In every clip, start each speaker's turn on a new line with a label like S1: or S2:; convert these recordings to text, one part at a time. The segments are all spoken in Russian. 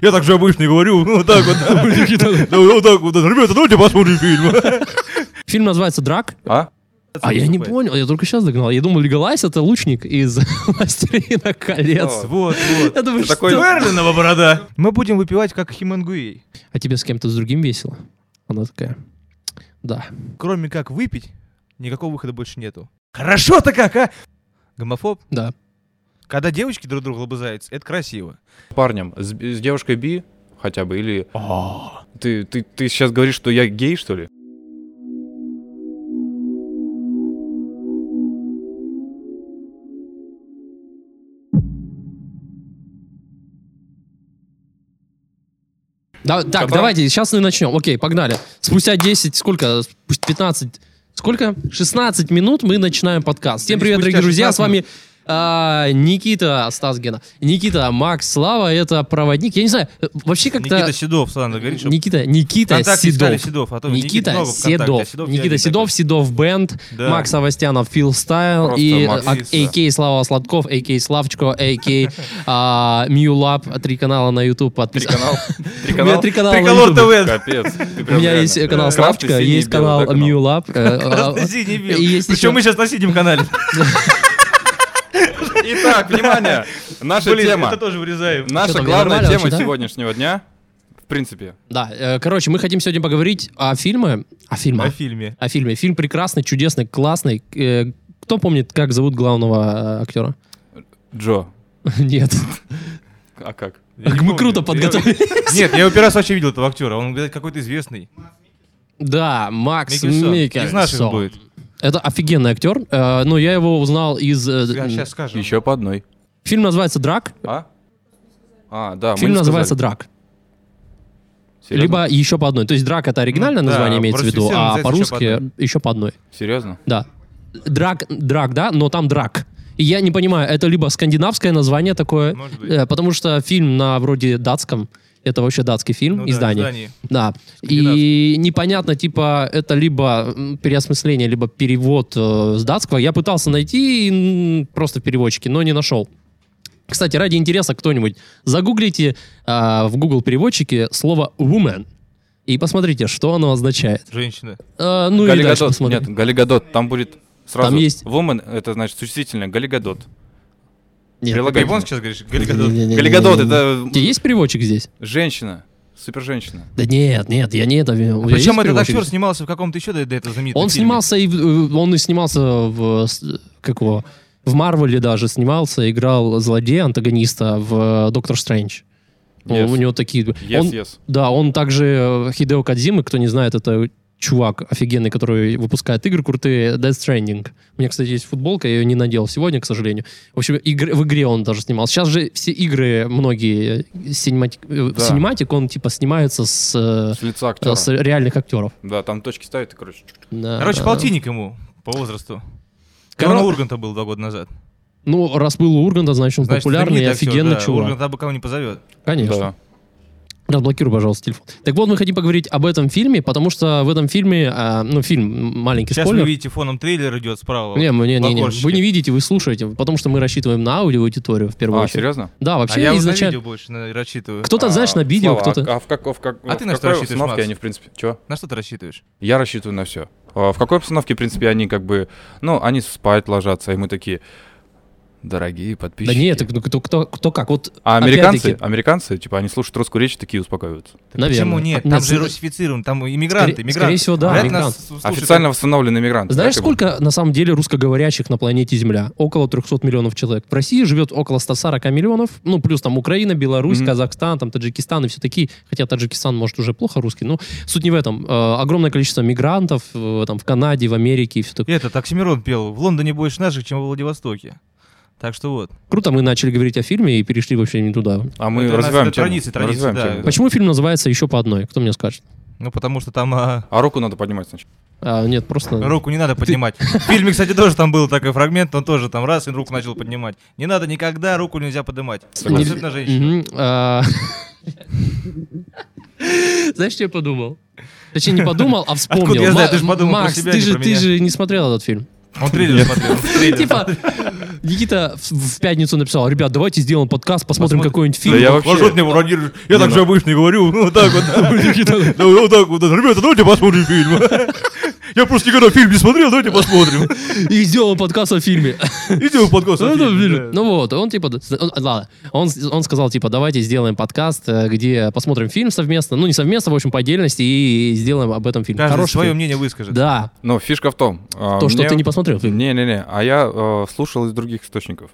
S1: я так же обычно говорю, ну, вот так вот, да, вот так вот, ребята, давайте посмотрим фильм.
S2: Фильм называется «Драк».
S1: А?
S2: А я не понял, я только сейчас догнал. Я думал, Леголайс — это лучник из «Властелина колец».
S1: Вот, вот.
S2: Я думаю,
S3: такой,
S2: что?
S1: Мерлинова борода.
S3: Мы будем выпивать как Химангуэй.
S2: А тебе с кем-то с другим весело? Она такая, да.
S3: Кроме как выпить, никакого выхода больше нету. Хорошо-то как, а? Гомофоб.
S2: Да.
S3: Когда девочки друг друга лобызаются, это красиво.
S4: Парнем, с, с девушкой би хотя бы, или...
S2: А.
S4: Ты, ты, ты сейчас говоришь, что я гей, что ли?
S2: Да- так,
S4: Потом-
S2: давайте, сейчас мы начнем. Окей, погнали. Спустя 10, сколько? Спустя 15, сколько? 16 минут мы начинаем подкаст. Всем
S3: Да не
S2: привет,
S3: спустя
S2: дорогие друзья, с
S3: 16
S2: вами а, Никита Стасгина. Никита, Макс, Слава, это проводник. Я не знаю, э, вообще как-то...
S3: Никита Седов, Сандра, говорит, что
S2: Никита, Никита
S3: ВКонтакте искали
S2: Седов.
S3: Седов, а то Никит
S2: Никита
S3: много ВКонтакте, а
S2: Седов.
S3: я
S2: Никита
S3: один
S2: Седов, Седов Бенд,
S3: Да.
S2: Макс Авастянов, Фил Стайл
S4: Просто
S2: и
S4: Макс.
S2: а, AK Слава Сладков, а AK Славчко, AK а, Мьюлаб. Три канала на YouTube.
S4: Три
S2: Подпис...
S4: канала? Три
S2: У меня
S4: канала?
S2: три канала на
S3: Триколор
S2: YouTube.
S3: ТВ.
S4: Капец. ты
S2: У
S4: прям
S2: меня
S4: реально.
S2: есть э, канал
S4: Красный,
S2: Славчика,
S4: синий,
S2: есть
S4: белый,
S2: канал
S4: да, канал.
S2: Мьюлаб. э,
S3: Красный, синий, белый.
S2: А, и есть
S3: Причем
S2: еще-
S3: мы сейчас на синем канале.
S4: Итак, внимание, наша
S3: Блин,
S4: тема.
S3: это тоже вырезаем.
S2: Что
S4: Наша
S2: там, я
S4: главная
S2: нормально
S4: тема
S2: вообще, да?
S4: сегодняшнего дня, в принципе,
S2: Да, э, короче, мы хотим сегодня поговорить о фильме. О фильме.
S3: На фильме.
S2: О фильме. Фильм прекрасный, чудесный, классный. Э, Кто помнит, как зовут главного э, актера?
S4: Джо.
S2: Нет.
S4: А как?
S3: Я не
S2: Мы
S3: помню.
S2: круто
S3: Я-
S2: подготовили.
S3: Нет, я его первый раз вообще видел этого актера. Он, блядь, какой-то известный.
S2: Да, Макс
S3: Микельсон. Из наших
S2: Микельсон.
S3: будет.
S2: Это офигенный актер, э, но я его узнал из... э,
S3: Сейчас скажем.
S4: Еще по одной.
S2: Фильм называется «Драк».
S4: А? А, да. мы
S2: Фильм
S4: не
S2: называется
S4: сказали.
S2: «Драк».
S4: Серьезно?
S2: Либо «Еще по одной». То есть «Драк» — это оригинальное
S3: Ну, да,
S2: название имеется в виду,
S3: по-русски
S2: а
S3: всем называется «Еще по
S2: по-русски «Еще по одной».
S4: Серьезно?
S2: Да. Драк, драк, да, но там драк. И я не понимаю, это либо скандинавское название такое,
S3: Может быть.
S2: э, потому что фильм на вроде датском, это вообще датский фильм,
S3: Ну да,
S2: издание.
S3: издание.
S2: Да. И непонятно, типа, это либо м, переосмысление, либо перевод э, с датского. Я пытался найти м, просто в переводчике, но не нашел. Кстати, ради интереса кто-нибудь загуглите э, в Google переводчике слово woman и посмотрите, что оно означает.
S3: Женщина.
S2: Э, ну и дальше
S4: Галигадот.
S2: посмотрите.
S4: Нет, Галигадот. Там будет сразу...
S2: Там есть-
S4: Woman, это значит существительное. Галигадот.
S2: Нет. ну,
S4: Прилагательное.
S3: Японский сейчас говоришь? А Гальгадот.
S2: Не-не-не-не-не.
S4: Галигадот это э,
S2: У тебя есть переводчик здесь?
S4: женщина. Суперженщина.
S2: Да нет, нет, я не это.
S4: А
S2: имел. У тебя
S3: Причем
S2: есть
S3: этот
S2: переводчик
S3: актер
S2: здесь?
S3: снимался в каком-то еще до до этого знаменитом
S2: Он
S3: фильме.
S2: снимался и в- э, он и снимался в э, с- как его в Марвеле даже снимался, играл злодея антагониста в э, Доктор Стрэндж. У-
S4: Yes.
S2: У него такие.
S4: Yes,
S2: он,
S4: yes.
S2: Да, он также э, Хидео Кадзимы, кто не знает, это чувак офигенный, который выпускает игры крутые, Death Stranding. У меня, кстати, есть футболка, я ее не надел сегодня, к сожалению. В общем, игр- в игре он даже снимал. Сейчас же все игры, многие, э, синематик, э,
S4: Да.
S2: синематик, он типа снимается с, э,
S4: С лица
S2: э,
S4: актера.
S2: с реальных актеров.
S4: Да, там точки ставят и, короче...
S2: Да.
S3: Короче, полтинник ему по возрасту.
S2: Коро-
S3: Корона Урганта был два года назад.
S2: Ну, раз был у Урганта, значит, он
S3: Значит,
S2: популярный и
S3: знаменитый актер,
S2: офигенный
S3: да.
S2: чувак.
S3: Ургант абы кого не позовет.
S2: Конечно.
S4: Да.
S2: Разблокируй, пожалуйста, телефон. Так вот, мы хотим поговорить об этом фильме, потому что в этом фильме, а, ну, фильм м, маленький
S3: Сейчас
S2: спойлер.
S3: вы видите, фоном трейлер идет справа.
S2: Не, мы- не, не, не.
S3: Лакорщики.
S2: Вы не видите, вы слушаете, потому что мы рассчитываем на аудиоаудиторию в первую
S4: А,
S2: очередь.
S4: серьезно?
S2: Да,
S3: А
S2: вообще
S3: я вот на видео
S2: изначально.
S3: больше на- рассчитываю.
S2: Кто-то,
S4: А,
S2: знаешь, на видео,
S4: Слава, а-
S2: кто-то.
S4: А в как- в как-
S3: А
S4: в
S3: ты на что
S4: какой
S3: рассчитываешь,
S4: обстановке
S3: Макс?
S4: они, в принципе... Чё?
S3: На что ты рассчитываешь?
S4: Я рассчитываю на все. В какой обстановке, в принципе, они как бы, ну, они спать ложатся, и мы такие, дорогие подписчики.
S2: Да нет, так, ну, кто, кто, кто как? Вот,
S4: А американцы,
S2: опять-таки,
S4: американцы, типа, они слушают русскую речь, такие успокаиваются.
S2: наверное.
S3: Почему нет?
S2: На-
S3: Там же русифицирован, там иммигранты,
S2: Скорее-
S3: мигранты.
S2: скорее всего, да,
S3: Вряд ли
S2: мигранты.
S3: нас слушают.
S4: Официально восстановленные мигранты.
S2: Знаешь,
S4: да, как бы?
S2: сколько на самом деле русскоговорящих на планете Земля? Около 300 миллионов человек. В России живет около 140 миллионов. Ну, плюс там Украина, Беларусь,
S4: Мгм.
S2: Казахстан, там Таджикистан и все такие. Хотя Таджикистан, может, уже плохо русский. Но суть не в этом. Э, огромное количество мигрантов э, там в Канаде, в Америке и все такое.
S3: Этот Оксимирон пел, в Лондоне больше наших, чем во Владивостоке. Так что вот.
S2: Круто, мы начали говорить о фильме и перешли вообще не туда.
S4: А мы
S3: Это у нас
S4: развиваем
S3: это
S4: тему.
S3: традиция,
S4: Мы
S3: традиция,
S4: развиваем
S3: да.
S4: тему,
S2: Почему фильм называется еще по одной? Кто мне скажет?
S3: Ну, потому что там а,
S4: А руку надо поднимать сначала.
S2: А, нет, просто...
S3: руку не надо поднимать. В фильме, кстати, тоже там был такой фрагмент, он тоже там раз, и руку начал поднимать. Не надо никогда, руку нельзя поднимать.
S4: Согласен.
S3: Особенно женщина.
S2: Мгм, а. Знаешь, что я подумал? Точнее, не подумал, а вспомнил.
S3: Откуда я знаю,
S2: Ма-
S3: ты же подумал про
S2: Макс,
S3: себя,
S2: ты
S3: не
S2: же,
S3: про
S2: ты
S3: меня.
S2: же не смотрел этот фильм.
S3: Он трейлер смотрел. трейлер.
S2: Типа, Никита в- в пятницу написал, ребят, давайте сделаем подкаст, посмотрим
S3: Посмотрим.
S2: какой-нибудь
S4: Да
S2: фильм.
S4: я
S1: Я
S4: вообще-
S1: вообще... Я
S4: Не
S1: так же
S4: на-
S1: обычно говорю, ну, вот так вот. Да, Вот так вот. Ребята, давайте посмотрим фильм. Я просто никогда фильм не смотрел, давайте посмотрим.
S2: И сделаем подкаст о фильме.
S1: Идем в подкаст.
S2: Ну, ну, блин,
S1: да.
S2: ну вот, он типа, д- он- ладно, он, с- он сказал, типа, давайте сделаем подкаст, э, где посмотрим фильм совместно, ну не совместно, в общем, по отдельности, и сделаем об этом фильм.
S3: Каждый
S2: Хороший
S3: свое
S2: фильм.
S3: мнение А выскажет.
S2: Да,
S4: Но фишка в том... а,
S2: то, что ты не посмотрел фильм.
S4: Не-не-не, а я э, слушал из других источников.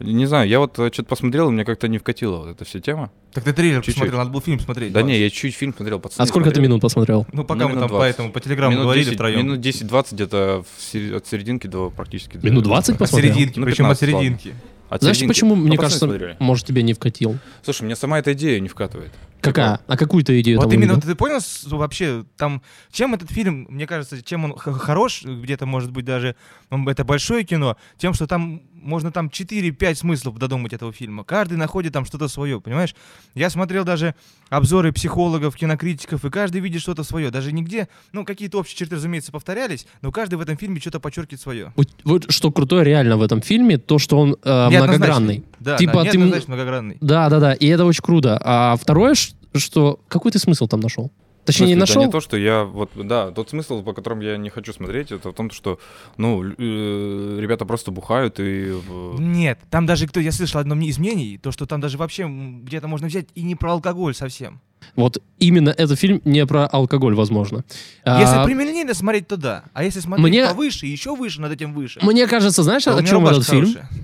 S4: Не знаю, я вот что-то посмотрел, и мне как-то не вкатила вот эта вся тема.
S3: Так ты трейлер
S4: Чуть-чуть.
S3: посмотрел, надо был фильм смотреть.
S4: Да не, я чуть фильм смотрел, пацаны.
S2: А сколько ты
S4: смотрели.
S2: минут посмотрел?
S3: Ну,
S4: Ну,
S3: пока мы
S4: минут
S3: там
S4: 20.
S3: по этому, по телеграмму
S4: минут
S3: говорили
S4: 10,
S3: втроем.
S4: Минут 10-20 где-то в сери- от серединки до практически. до-
S2: Минут 20
S3: От
S2: посмотрел?
S3: серединки,
S4: Ну,
S3: причем от
S4: 15, ладно.
S3: серединки.
S4: От
S2: Знаешь,
S4: серединки.
S2: почему,
S4: Ну,
S2: мне
S4: пацаны
S2: кажется,
S4: смотрели.
S2: может, тебе не вкатил?
S4: Слушай, меня сама эта идея не вкатывает.
S2: Какая? А какую то идею
S3: Вот
S2: там
S3: именно
S2: увидел?
S3: вот ты понял с- вообще, там, чем этот фильм, мне кажется, чем он х- хорош, где-то, может быть, даже м, это большое кино, тем, что там можно там 4-5 смыслов додумать этого фильма. Каждый находит там что-то свое, понимаешь? Я смотрел даже обзоры психологов, кинокритиков, и каждый видит что-то свое. Даже нигде, ну, какие-то общие черты, разумеется, повторялись, но каждый в этом фильме что-то подчеркивает свое.
S2: Вот, вот что крутое реально в этом фильме, то, что он э, многогранный.
S3: Да, да,
S2: Типа ты м-
S3: неоднозначно многогранный.
S2: Да, да, да, и это очень круто. А второе, ш- что... Какой ты смысл там нашел? Точнее, не
S4: В смысле, да
S2: нашел?
S4: не то, что я вот, да, тот смысл, по которому я не хочу смотреть, это в том, что, ну, лю- э, ребята просто бухают и... э,
S3: Нет, там даже кто, я слышал одно мне из мнений, то, что там даже вообще м, где-то можно взять и не про алкоголь совсем.
S2: Вот именно этот фильм не про алкоголь, возможно.
S3: Если
S2: А,
S3: прямолинейно смотреть, то да. А если смотреть
S2: Мне-
S3: повыше, еще выше, над этим выше.
S2: Мне кажется, знаешь,
S3: Да, у
S2: о
S3: меня
S2: чем
S3: рубашка
S2: этот фильм?
S3: хорошая.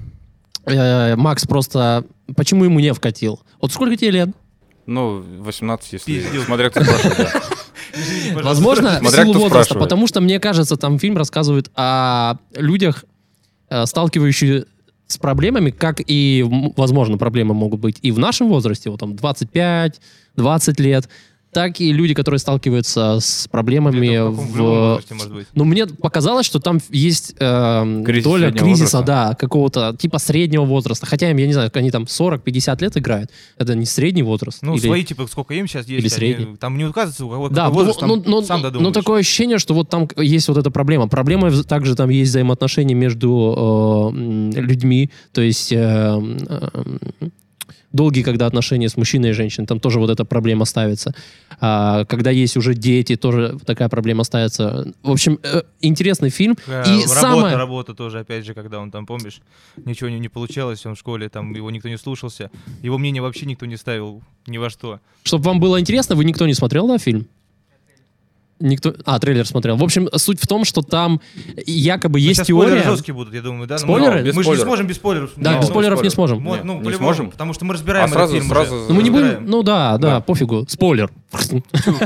S2: Э, Макс просто... Почему ему не вкатил? Вот сколько тебе лет?
S4: Ну, 18, если...
S3: Пиздюк.
S4: Смотря кто спрашивает, да.
S3: Извини, пожалуйста.
S2: Возможно, в
S4: Смотря
S2: силу
S4: кто
S2: возраста.
S4: спрашивает.
S2: Потому что, мне кажется, там фильм рассказывает о людях, э, сталкивающих с проблемами, как и, м, возможно, проблемы могут быть и в нашем возрасте, вот там 25-20 лет, так и люди, которые сталкиваются с проблемами
S3: Где-то в каком любом
S2: в...
S3: возрасте, может быть.
S2: Ну, мне показалось, что там есть эм,
S4: Кризис
S2: доля
S4: среднего
S2: кризиса,
S4: возраста.
S2: да, какого-то типа среднего возраста. Хотя, им, я не знаю, они там 40-50 лет играют. Это не средний возраст.
S3: Ну,
S2: Или-
S3: свои, типа, сколько им сейчас есть.
S2: или
S3: они-
S2: средний.
S3: Там не указывается, у кого
S2: Да,
S3: какой возраст,
S2: ну,
S3: там
S2: ну, ну,
S3: сам
S2: ну,
S3: додумаешь.
S2: такое ощущение, что вот там есть вот эта проблема. Проблема вз- также там есть взаимоотношения между э, м, людьми, то есть э, м, э, долгие когда отношения с мужчиной и женщиной, там тоже вот эта проблема ставится. А, когда есть уже дети, тоже такая проблема ставится. В общем, э, интересный фильм.
S3: Э,
S2: И
S3: работа,
S2: самое...
S3: работа тоже, опять же, когда он там, помнишь, ничего не, не получалось, он в школе, там его никто не слушался, его мнение вообще никто не ставил ни во что.
S2: Чтобы вам было интересно, вы никто не смотрел, да, фильм? Никто... А, трейлер смотрел. В общем, суть в том, что там якобы
S3: Ну,
S2: есть
S3: сейчас спойлеры
S2: теория...
S3: жесткие будут, я думаю, да? Ну,
S2: Спойлеры?
S4: Без
S3: Мы же не
S4: спойлеров.
S3: сможем без спойлеров.
S2: Да,
S4: Ну,
S2: без
S4: ну,
S2: спойлеров не сможем.
S3: Мо-
S4: Не,
S3: ну,
S4: не
S3: по-любому,
S4: сможем.
S3: Потому что мы
S4: А
S3: разбираем этот
S4: сразу,
S3: фильм уже.
S4: сразу...
S2: Ну, мы не будем...
S3: Разбираем.
S2: Ну да, да,
S4: Да.
S2: пофигу. Спойлер.
S3: Тю,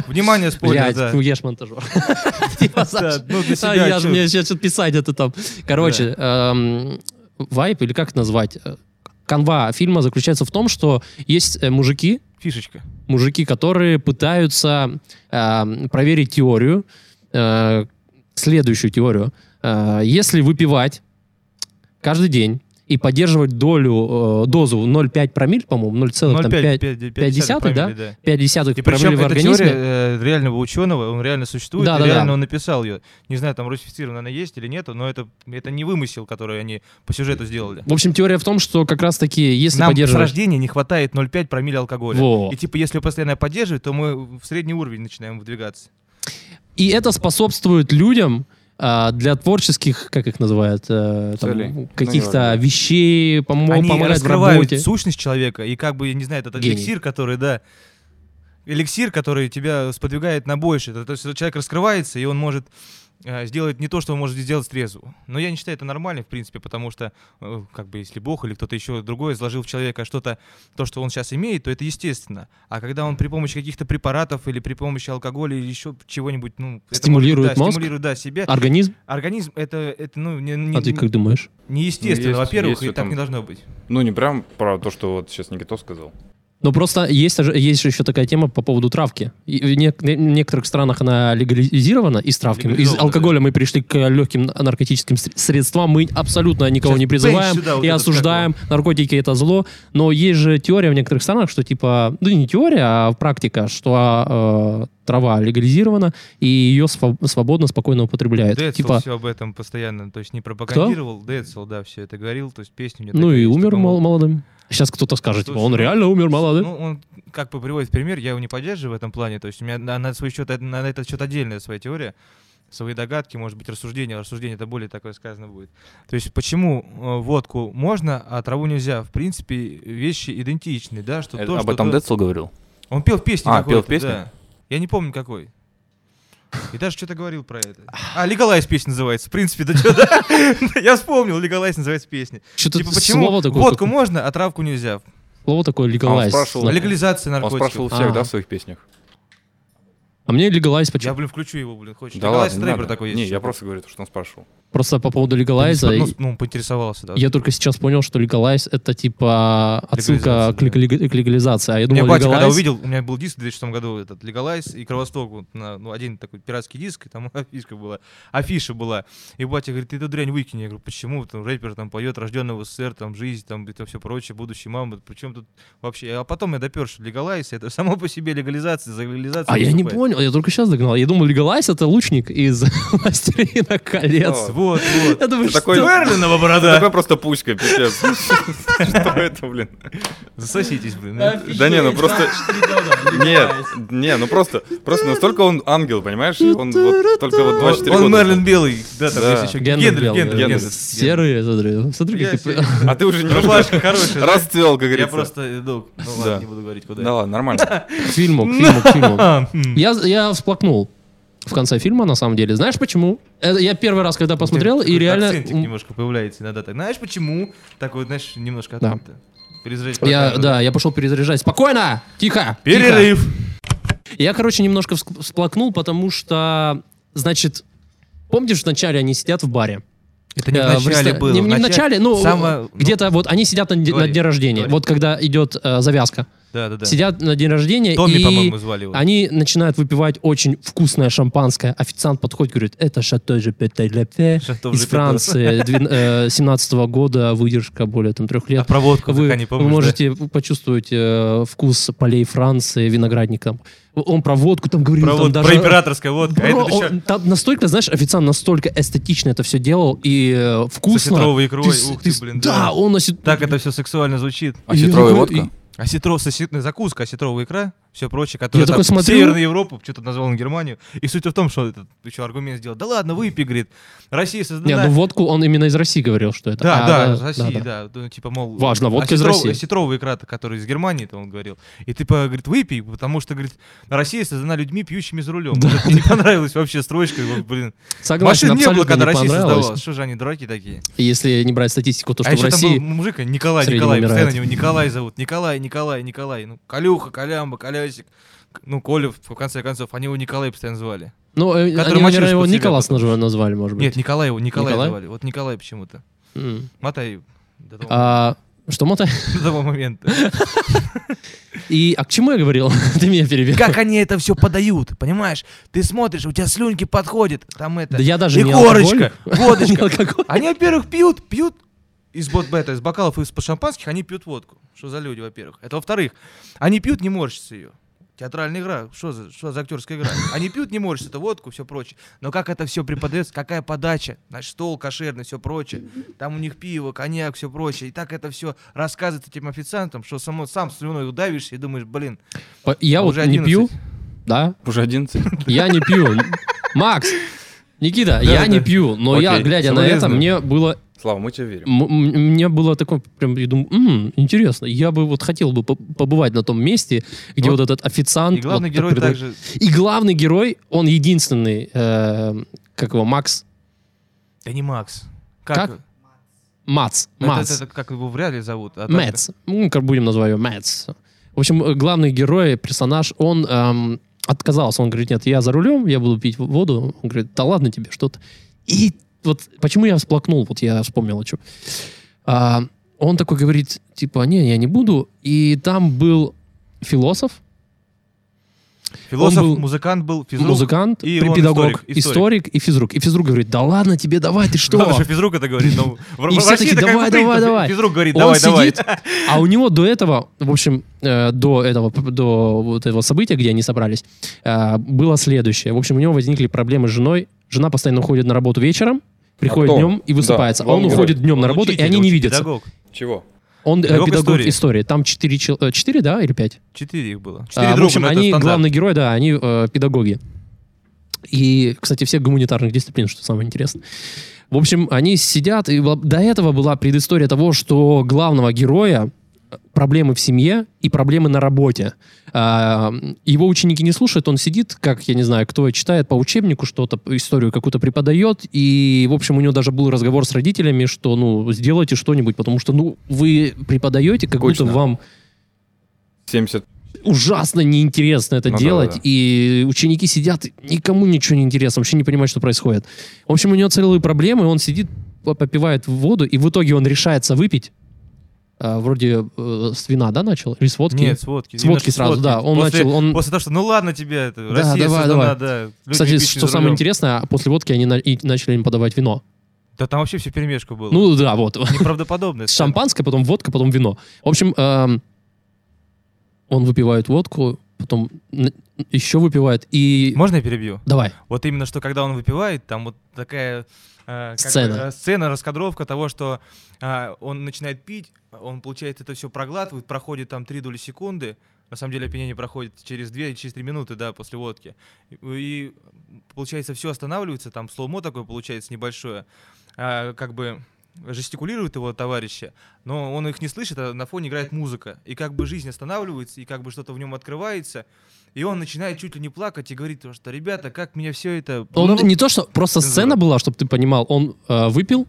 S3: Внимание, спойлер,
S2: Блядь,
S3: да.
S2: ну я ж монтажер. Типа, Саш,
S3: Да, ну, для
S2: а
S3: себя
S2: я же
S3: чё?
S2: мне сейчас что-то писать это там. Короче, эм, вайп или как назвать? Э, Канва фильма заключается в том, что есть э, мужики,
S3: Фишечка.
S2: мужики, которые пытаются эм, проверить теорию, э, следующую теорию. Э, если выпивать каждый день и поддерживать долю, э, дозу 0,5 промиль, по-моему,
S3: Ну,
S2: 0,5
S3: 0,5,
S2: да?
S3: да?
S2: десятых
S3: И
S2: промилле
S3: причем
S2: в
S3: эта
S2: организме.
S3: теория э, реального ученого, он реально существует,
S2: Да,
S3: и
S2: да,
S3: реально
S2: да.
S3: он написал ее. Не знаю, там русифицирована она есть или нету, но это, это не вымысел, который они по сюжету сделали.
S2: В общем, теория в том, что как раз-таки, если
S3: Нам с
S2: поддерживаешь...
S3: рождения не хватает 0,5 промилле алкоголя.
S2: Во.
S3: И типа, если постоянно поддерживать, то мы в средний уровень начинаем выдвигаться.
S2: И это способствует людям а, для творческих, как их называют, э, там,
S4: Целей. Ну,
S2: каких-то
S4: неважно.
S2: вещей, помо-
S3: Они
S2: помогает в
S3: раскрывают
S2: работе.
S3: сущность человека, и как бы, я не знаю, этот
S2: Гений.
S3: эликсир, который, да, эликсир, который тебя сподвигает на больше. То есть человек раскрывается, и он может э, сделать не то, что он может сделать трезво. Но я не считаю это нормально, в принципе, потому что, э, как бы, если Бог или кто-то еще другой изложил в человека что-то, то, что он сейчас имеет, то это естественно. А когда он при помощи каких-то препаратов или при помощи алкоголя или еще чего-нибудь, ну... это может-
S2: Стимулирует
S3: да,
S2: мозг?
S3: Стимулирует, да, себе.
S2: Организм?
S3: Организм это, это ну, не, не-
S2: А ты как думаешь?
S3: неестественно,
S4: Ну, Есть-
S3: во-первых,
S4: есть в
S3: и так
S4: этом-
S3: не должно быть.
S4: Ну, не прям про то, что вот сейчас Никитос сказал.
S2: Ну, просто есть, же- есть же еще такая тема по поводу травки. И в, нек- в некоторых странах она легализирована, и с травками. Из
S3: Легализована,
S2: алкоголя мы пришли к легким наркотическим сре- средствам. Мы абсолютно никого
S3: Сейчас
S2: не призываем
S3: бэнч сюда вот
S2: и
S3: этот,
S2: осуждаем. Наркотики — это зло. Но есть же теория в некоторых странах, что типа... Ну, не теория, а практика, что а, э, трава легализирована, и ее сва- свободно, спокойно употребляют.
S3: Децл
S2: типа,
S3: все об этом постоянно, то есть не пропагандировал, Децл, да, все это говорил, то есть песню мне
S2: ну и умер мол- молодым. Сейчас кто-то скажет,
S3: Что
S2: типа,
S3: ж,
S2: он
S3: ну,
S2: реально умер молодым.
S3: Ну, он как бы приводит пример, я его не поддерживаю в этом плане, то есть у меня на, на свой счет, на этот счет отдельная своя теория, свои догадки, может быть, рассуждения, рассуждение это более такое сказано будет. То есть почему э, водку можно, а траву нельзя? В принципе, вещи идентичны, да, что
S4: Это-
S3: то,
S4: Э, Об
S3: что
S4: этом
S3: то-
S4: Децл говорил?
S3: Он пел песню
S4: А,
S3: какую-то,
S4: пел песню?
S3: да. Я не помню какой. И даже что-то говорил про это. А, Легалайз песня называется. В принципе, да что Я вспомнил, Легалайз называется песня.
S2: Что-то
S3: Типа, почему
S2: слово такое,
S3: водку
S2: как-
S3: можно, а травку нельзя?
S2: слово такое legalize.
S4: спрашивал.
S2: На-
S3: Легализация
S4: Он
S3: наркотиков.
S4: спрашивал всех, да,
S2: Ага.
S4: в своих песнях?
S2: А мне legalize почему?
S3: Я, блин, включу его, блин, хочешь.
S4: Да
S3: Легалайз
S4: ладно, не
S3: рэпер
S4: надо.
S3: такой есть.
S4: Не,
S3: еще.
S4: я просто говорю, то, что он спрашивал.
S2: Просто по поводу legalize,
S3: Ну, Ну, поинтересовался, да.
S2: я только сейчас понял, что legalize это типа отсылка
S3: Легализация,
S2: к, лег- к легализации. А я
S3: У меня
S2: думал,
S3: батя, когда
S2: legalize-
S3: увидел, у меня был диск в 2006 году, этот Легалайз и Кровосток, вот на, ну, один такой пиратский диск, и там афишка была, афиша была. И батя говорит, ты эту дрянь выкинь. Я говорю, почему? Там рэпер там поет, рожденный в СССР, там жизнь, там это все прочее, будущее мама, причем тут вообще. А потом я допер, что Легалайз, это само по себе легализация, за легализацию.
S2: А я не
S3: выступает.
S2: понял, я только сейчас догнал. Я думал, легалайз это лучник из «Властелина колец».
S4: О,
S3: Вот, вот.
S2: Я думаю,
S4: Ты такой-
S2: что-
S3: Мерлинова борода.
S4: Ну, Такой просто пуська, пипец. Что это, блин?
S3: Засоситесь, блин.
S4: Да не, ну просто... Нет, не, ну просто, просто настолько он ангел, понимаешь? Он вот только вот 24
S3: Он
S4: года.
S3: Мерлин Белый. Да, там
S4: Да.
S3: есть еще
S2: Гендер
S3: Гендер,
S2: белый,
S3: Гендер,
S2: да.
S3: Гендер.
S2: Серые, смотри, смотри,
S3: Я
S2: как ты...
S3: себе-
S4: А ты уже немножко
S3: Рубашка хорошая. да?
S4: расцвел, как
S3: Я
S4: говорится.
S3: просто иду. Ну
S4: Да.
S3: ладно, не буду говорить, куда.
S4: Да ладно, нормально.
S2: К фильму, к фильму, к фильму.
S3: А, м.
S2: Я, я всплакнул в конце фильма, на самом деле. Знаешь почему? Это я первый раз, когда посмотрел,
S3: Какой-то
S2: и реально...
S3: акцентик немножко появляется иногда так. Знаешь почему? Так вот, знаешь, немножко
S2: Да.
S3: откуда-то. Перезарядить
S2: Я,
S3: потом.
S2: да, я пошел перезаряжать. Спокойно! Тихо! тихо.
S3: Перерыв.
S2: Я, короче, немножко вск- всплакнул, потому что, значит, помнишь, вначале они сидят в баре?
S3: Это не
S2: Э,
S3: в начале
S2: реста-
S3: было.
S2: Не, не в начале, ну,
S3: Самое- ну,
S2: где-то вот они сидят на, дне- на
S3: говори,
S2: дне рождения.
S3: говори.
S2: Вот когда идет э, завязка.
S3: Да, да, да.
S2: Сидят на день рождения
S3: Томми,
S2: и...
S3: по-моему, звали его.
S2: Они начинают выпивать очень вкусное шампанское. Официант подходит, говорит, это Шато же
S3: Шато
S2: из
S3: Жепете.
S2: Франции, 17 года, выдержка более там трех
S3: А
S2: лет.
S3: проводку
S2: Вы,
S3: пока не помнишь,
S2: вы
S3: да?
S2: можете почувствовать э, вкус полей Франции, виноградник там. Он про водку там говорил.
S3: Про,
S2: там
S3: вот-
S2: даже-
S3: про императорская водка. а
S2: Бро,
S3: это еще
S2: он там настолько, знаешь, официант настолько эстетично это все делал и э,
S3: С
S2: вкусно.
S3: осетровой икрой,
S2: с-
S3: ух ты,
S2: с-
S3: блин,
S2: да,
S3: да.
S2: он осет...
S3: Так это все сексуально звучит. А
S4: А сетровая
S2: такой-
S4: водка?
S3: Осетро, сосет- закуска, осетровая икра, все прочее, которое
S2: Я такой
S3: там
S2: смотрю.
S3: Северная Европа, что-то назвал на Германию. И суть в том, что этот еще аргумент сделал. Да ладно, выпей, говорит. Россия создана...
S2: Не, ну водку он именно из России говорил, что это.
S3: Да,
S2: А,
S3: да,
S2: да,
S3: из России,
S2: да,
S3: да.
S2: да.
S3: Ну, типа, мол,
S2: Важно, водка из России.
S3: Осетровая икра, который из Германии, то он говорил. И типа, говорит, выпей, потому что, говорит, Россия создана людьми, пьющими за рулем. Вот это Мне не понравилась вообще строчка. вот, Блин. Машин
S2: Согласен,
S3: не было,
S2: абсолютно
S3: когда
S2: не
S3: Россия
S2: понравилось.
S3: создавалась. Что же они, дураки такие?
S2: Если не брать статистику, то
S3: а
S2: что в
S3: еще
S2: России...
S3: там был мужик, Николай,
S2: среднем
S3: Николай,
S2: умирает.
S3: постоянно его Николай зовут. Николай, Николай, Николай. Ну, Колюха, Колямба, Колясик. К- Ну, Коля, в конце концов, они его Николай постоянно звали.
S2: Ну, э, они,
S3: который
S2: наверное,
S3: мочились
S2: его
S3: под себя
S2: Николас
S3: потом.
S2: нажи- назвали, может быть.
S3: Нет, Николай его, Николай,
S2: Николай?
S3: звали. Вот Николай почему-то.
S2: М.
S3: Мотай до того,
S2: А, что, Мотай?
S3: до того момента.
S2: И, а к чему я говорил? Ты меня перебил.
S3: Как они это все подают, понимаешь? Ты смотришь, у тебя слюнки подходят, там это...
S2: Да я даже не
S3: Икорочка,
S2: алкоголь. Не
S3: водочка.
S2: алкоголь.
S3: Они, во-первых, пьют, пьют из бот бета, из бокалов и из-под шампанских, они пьют водку. Что за люди, во-первых? Это во-вторых. Они пьют, не морщатся ее. Театральная игра. Что за, что за актерская игра? Они пьют, не морщатся, это водку, все прочее. Но как это все преподается, какая подача, наш стол кошерный, все прочее. Там у них пиво, коньяк, все прочее. И так это все рассказывает этим официантам, что само, сам слюной удавишься и думаешь, блин,
S2: По- Я вот
S3: уже
S2: не
S3: 11.
S2: пью, да?
S4: Уже 11.
S2: Я не пью. Макс, Никита, я
S3: да.
S2: не пью, но я,
S4: Окей,
S2: глядя на это,
S3: соболезную.
S2: мне было
S4: Слава, мы тебе верим.
S2: М- м- Мне было такое, прям, я думаю, «М, интересно, я бы вот хотел бы по- побывать на том месте, где вот,
S3: Ну Вот.
S2: этот официант...
S3: И главный
S2: вот так
S3: герой
S2: предлаг-
S3: также...
S2: И главный герой, он единственный, э, как его, Макс...
S3: Да не Макс.
S2: Как?
S3: это-
S2: Мац. Мац.
S3: Это, это как его вряд ли зовут. а так-
S2: Мэтс. Ну, как будем называть его Мэтс. В общем, э, главный герой, персонаж, он эм, отказался. Он говорит, нет, я за рулем, я буду пить воду. Он говорит, да ладно тебе что-то. И вот почему я всплакнул, вот я вспомнил о чем. А, он такой говорит, типа, не, я не буду. И там был философ,
S3: Философ,
S2: был-
S3: музыкант был, физрук.
S2: музыкант,
S3: и
S2: при-
S3: он
S2: педагог,
S3: историк,
S2: историк, и физрук. И физрук говорит, да ладно тебе, давай, ты что?
S3: Ладно, что физрук это говорит, но в-
S2: И
S3: в
S2: все
S3: России
S2: такие,
S3: это как бы
S2: «Давай, давай,
S3: принято.
S2: давай».
S3: Физрук говорит,
S2: Он
S3: давай, давай.
S2: сидит, а у него до этого, в общем, э, до этого, п- до вот этого события, где они собрались, э, было следующее. В общем, у него возникли проблемы с женой. Жена постоянно уходит на работу вечером, приходит
S4: кто?
S2: днем и
S4: Да,
S2: высыпается. А
S4: главный
S2: он
S4: герой.
S2: уходит днем на работу, и
S3: Учитель,
S2: они не
S3: учитель,
S2: видятся.
S3: Педагог.
S4: Чего?
S2: Он э,
S3: Педагог
S2: педагог истории.
S3: истории.
S2: Там четыре, чел- э, четыре, да, или пять?
S3: Четыре их было. Четыре
S2: А, в
S3: друга,
S2: общем,
S3: но это
S2: они
S3: стандарт.
S2: главные герои, да, они э, педагоги. И, кстати, всех гуманитарных дисциплин, что самое интересное. В общем, они сидят, и во- до этого была предыстория того, что главного героя э, проблемы в семье и проблемы на работе. А, Его ученики не слушают, он сидит, как, я не знаю, кто читает по учебнику что-то, историю какую-то преподает, и, в общем, у него даже был разговор с родителями, что, ну, сделайте что-нибудь, потому что, ну, вы преподаете, как
S4: Скучно.
S2: будто вам
S4: 70.
S2: ужасно неинтересно это
S4: Ну да,
S2: делать,
S4: да, да.
S2: и ученики сидят, и никому ничего не интересно, вообще не понимают, что происходит. В общем, у него целые проблемы, он сидит, п- попивает воду, и в итоге он решается выпить, А, вроде э, с вина, да, начал? Или с водки?
S3: Нет, с водки.
S2: С водки
S3: Именно
S2: сразу, да. Он
S3: после,
S2: начал, он-
S3: После того, что ну ладно тебе, это,
S2: Да,
S3: Россия
S2: давай,
S3: создана,
S2: давай.
S3: да. люди
S2: Кстати,
S3: эпичные
S2: что
S3: за
S2: самое
S3: рулем.
S2: интересное, а после водки они на- и начали им подавать вино.
S3: Да там вообще все перемешку было.
S2: Ну да, вот.
S3: Неправдоподобно.
S2: С шампанское, потом водка, потом вино. В общем, эм, он выпивает водку, потом н- еще выпивает, и...
S3: Можно я перебью?
S2: Давай.
S3: Вот именно что, когда он выпивает, там вот такая э, как
S2: Сцена.
S3: бы, э, сцена, раскадровка того, что э, он начинает пить, он, получается, это все проглатывает, проходит там 3 доли секунды. На самом деле опьянение проходит через 2 или через 3 минуты, да, после водки. И, и, получается, все останавливается, там слоумо такое получается небольшое. А, как бы жестикулируют его товарищи, но он их не слышит, а на фоне играет музыка. И как бы жизнь останавливается, и как бы что-то в нем открывается, и он начинает чуть ли не плакать и говорит, что ребята, как меня все это...
S2: Он
S3: Ну,
S2: не то, что просто
S3: Цензура.
S2: сцена была, чтобы ты понимал, он э, выпил,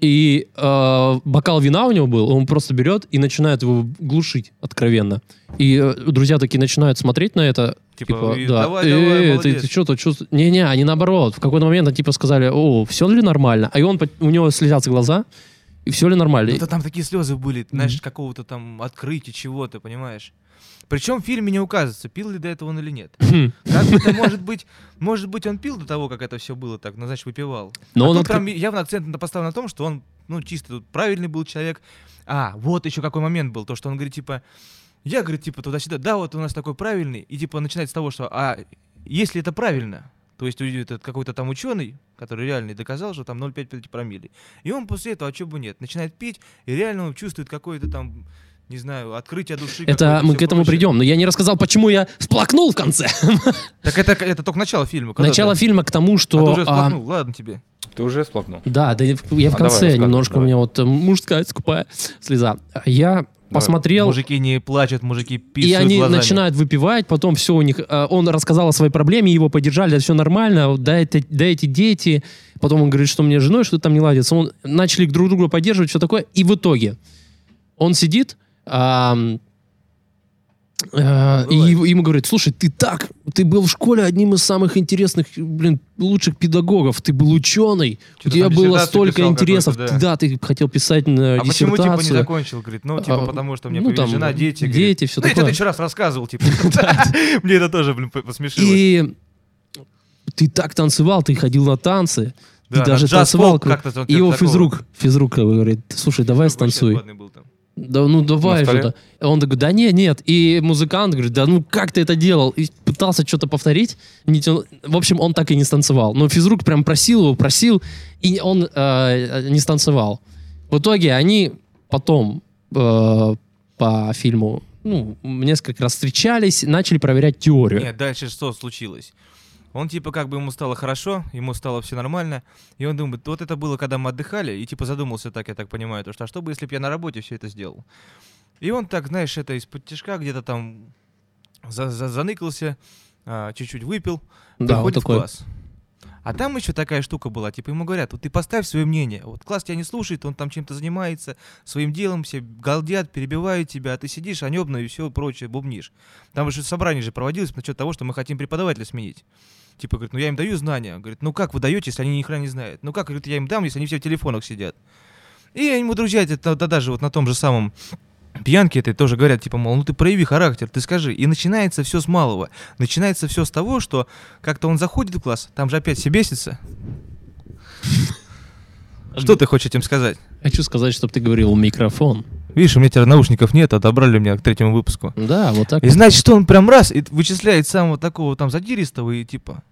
S2: и э, бокал вина у него был, он просто берет и начинает его глушить откровенно. И э, друзья такие начинают смотреть на это,
S3: Типа,
S2: типа,
S3: и
S2: да,
S3: давай,
S2: «Э,
S3: давай,
S2: э, ты,
S3: молодец».
S2: ты что-то чувствуешь? Не-не, они наоборот, в какой-то момент они типа сказали, о, все ли нормально? А и он, по- у него слезятся глаза, и все ли нормально?
S3: Да Ну, там такие слезы были, знаешь, какого-то там открытия чего-то, понимаешь? Причем в фильме не указывается, пил ли до этого он или нет.
S2: Хм.
S3: Как бы это может быть, может быть, он пил до того, как это все было так, ну, значит, выпивал.
S2: Но
S3: А
S2: он
S3: тут
S2: откры-
S3: прям явно акцент на- поставлен на том, что он, ну, чисто тут правильный был человек. А, вот еще какой момент был, то, что он говорит, типа, я, говорит, типа, туда-сюда, да, вот у нас такой правильный, и, типа, начинает с того, что, а, если это правильно, то есть уйдет этот какой-то там ученый, который реально и доказал, что там 0,5 промилле. И он после этого, а чего бы нет, начинает пить, и реально он чувствует какое-то там, не знаю, открытие души.
S2: Это
S3: какое-то,
S2: мы
S3: всё
S2: к этому
S3: прочее.
S2: придем, но я не рассказал, почему я всплакнул в конце.
S3: Так это, это только начало фильма. когда
S2: Начало
S3: ты-
S2: фильма к тому,
S3: Ну, А ты
S2: что...
S3: уже
S2: а,
S3: всплакнул, ладно тебе.
S4: Ты уже сплакнул.
S2: Да, да я в- я в конце
S4: А, давай, рассказывай,
S2: немножко
S4: давай.
S2: у меня вот э, мужская скупая слеза. Я посмотрел,
S3: Мужики не плачут, мужики пишут
S2: и они
S3: глазами.
S2: начинают выпивать, потом все у них... э, Он рассказал о своей проблеме, его поддержали, да все нормально, да, это, да эти дети. Потом он говорит, что мне с женой что-то там не ладится. Он, начали друг друга поддерживать, все такое. И в итоге он сидит, ам, э, и
S3: Бывает.
S2: его- ему говорит, слушай, ты так, ты был в школе одним из самых интересных, блин, лучших педагогов, ты был ученый, у
S3: Что-то
S2: тебя
S3: там
S2: было
S3: диссертацию
S2: столько
S3: писал
S2: интересов, да.
S3: какой-то,
S2: ты, хотел писать на
S3: А почему типа не
S2: диссертацию.
S3: закончил? Говорит, ну типа
S2: А,
S3: потому что мне
S2: ну, там,
S3: повезло, жена, дети. говорит.
S2: дети, всё
S3: Ну, я тебе
S2: такое.
S3: тысячу раз рассказывал, типа. Мне это тоже, блин, по- посмешило.
S2: и ты так танцевал, ты ходил на танцы,
S3: Да, на
S2: ты даже
S3: джаз-фолк
S2: танцевал. круто.
S3: как-то там
S2: И его
S3: типа такого.
S2: физрук, физрук э, говорит, слушай, давай
S3: Какой
S2: станцуй.
S3: ладный был там.
S2: Да, ну
S4: На
S2: давай
S4: столе?
S2: же. Он такой, да не, нет. И музыкант говорит, да ну как ты это делал? И пытался что-то повторить. не тянул. В общем, он так и не станцевал. Но физрук прям просил его, просил, и он э, не станцевал. В итоге они потом э, по фильму ну, несколько раз встречались, начали проверять теорию.
S3: Нет, дальше что случилось? Он типа как бы ему стало хорошо, ему стало все нормально, и он думает, вот это было, когда мы отдыхали, и типа задумался так, я так понимаю, то что, а что бы, если бы я на работе все это сделал? И он так, знаешь, это из-под тяжка где-то там за- за- заныкался, а, чуть-чуть выпил,
S2: да, вот
S3: приходит в
S2: такой.
S3: класс. А там еще такая штука была, типа ему говорят, вот ты поставь свое мнение, вот класс тебя не слушает, он там чем-то занимается, своим делом все галдят, перебивают тебя, а ты сидишь, анебно и все прочее, бубнишь. Там же собрание же проводилось насчет того, что мы хотим преподавателя сменить. Типа, говорит, ну я им даю знания. Говорит, ну как вы даете, если они ни хрена не знают? Ну как, говорит, я им дам, если они все в телефонах сидят? И ему друзья, это, да даже вот на том же самом пьянки это тоже говорят, типа, мол, ну ты прояви характер, ты скажи. И начинается все с малого. Начинается все с того, что как-то он заходит в класс, там же опять все бесится. Что ты хочешь этим сказать?
S2: Хочу сказать, чтобы ты говорил в микрофон.
S3: Видишь, у меня теперь наушников нет, отобрали у меня к третьему выпуску.
S2: Да, вот так.
S3: И значит, что он прям раз и вычисляет самого такого там задиристого и типа...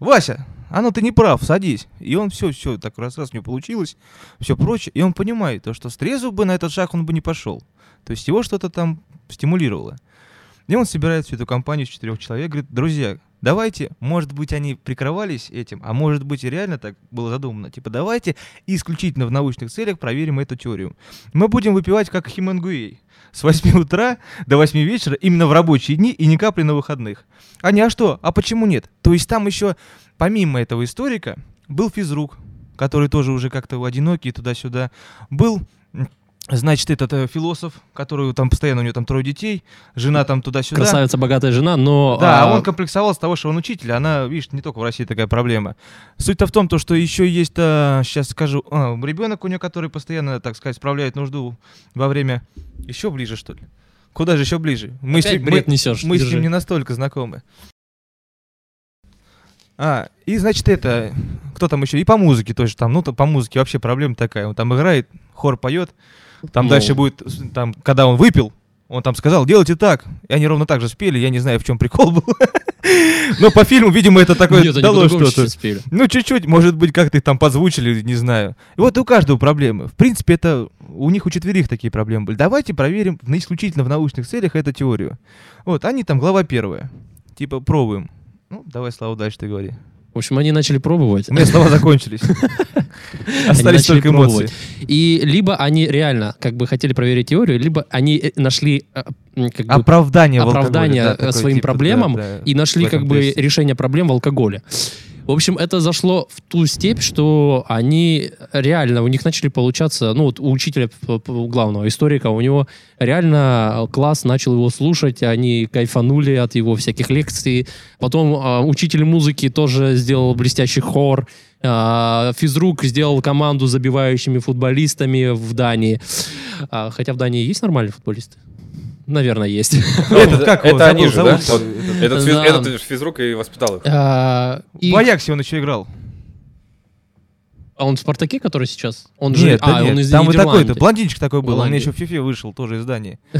S3: Вася, а ну ты не прав, садись. И он все, все, так раз раз у него получилось, все прочее. И он понимает, то, что стрезу бы на этот шаг он бы не пошел. То есть его что-то там стимулировало. И он собирает всю эту компанию из четырех человек, говорит, друзья, давайте, может быть, они прикрывались этим, а может быть, и реально так было задумано. Типа, давайте исключительно в научных целях проверим эту теорию. Мы будем выпивать как Хемингуэй с 8 утра до 8 вечера именно в рабочие дни и ни капли на выходных. А не, а что? А почему нет? То есть там еще, помимо этого историка, был физрук, который тоже уже как-то одинокий туда-сюда. Был м, Значит, этот э, философ, который там постоянно у него там трое детей, жена там туда-сюда.
S2: Красавица, богатая жена, но...
S3: Да,
S2: а,
S3: а он комплексовал с того, что он учитель, а она, видишь, не только в России такая проблема. Суть-то в том, то, что еще есть, сейчас скажу, а, ребенок у нее, который постоянно, так сказать, справляет нужду во время... Еще ближе, что ли? Куда же еще ближе? Мы, с
S2: Опять
S3: ним-
S2: бред
S3: мы-
S2: несешь,
S3: мы с
S2: держи.
S3: ним не настолько знакомы. А, и значит, это, кто там еще? И по музыке тоже там, ну, то- по музыке вообще проблема такая. Он там играет, хор поет, там
S2: Ну.
S3: дальше будет, с- там, когда он выпил, он там сказал, делайте так. И они ровно так же спели, я не знаю, в чем прикол был. Но по фильму, видимо, это такое
S2: Нет, они
S3: дало
S2: по-другому
S3: что-то.
S2: чуть-чуть спели.
S3: Ну, чуть-чуть, может быть, как-то их там подзвучили, не знаю. И вот у каждого проблемы. В принципе, это у них у четверых такие проблемы были. Давайте проверим на- исключительно в научных целях эту теорию. Вот, они там, глава первая. Типа, пробуем. Ну, давай, Слава, дальше ты говори.
S2: В общем, они начали пробовать.
S3: У меня слова закончились. Ну, Остались
S2: начали
S3: только эмоции.
S2: пробовать. И либо они реально как бы хотели проверить теорию, либо они э, нашли э, м, как бы,
S3: А Оправдание в алкоголе,
S2: оправдание
S3: да,
S2: э,
S3: такое,
S2: своим
S3: типа,
S2: проблемам
S3: да, да,
S2: и нашли
S3: в этом
S2: как бы
S3: есть.
S2: решение проблем в алкоголе. В общем, это зашло в ту степь, что они реально, у них начали получаться, ну вот у учителя п- п- у главного историка, у него реально класс начал его слушать, они кайфанули от его всяких лекций. Потом а, учитель музыки тоже сделал блестящий хор. А, физрук сделал команду с забивающими футболистами в Дании. А, хотя в Дании есть нормальные футболисты? Наверное, есть.
S3: Этот Ну, как его?
S4: это они же,
S3: Забыл,
S4: да?
S3: зовут.
S4: Вот Этот, физ-
S2: Да.
S4: этот физрук и воспитал их.
S2: А, и-
S3: В Аяксе он еще играл.
S2: А он в «Спартаке», который сейчас? Он же...
S3: Нет,
S2: а,
S3: да нет,
S2: он из
S3: там вот
S2: Нидерланд.
S3: такой-то, блондинчик такой был, он мне
S2: Голландии.
S3: еще в Фифе вышел, тоже из Дании.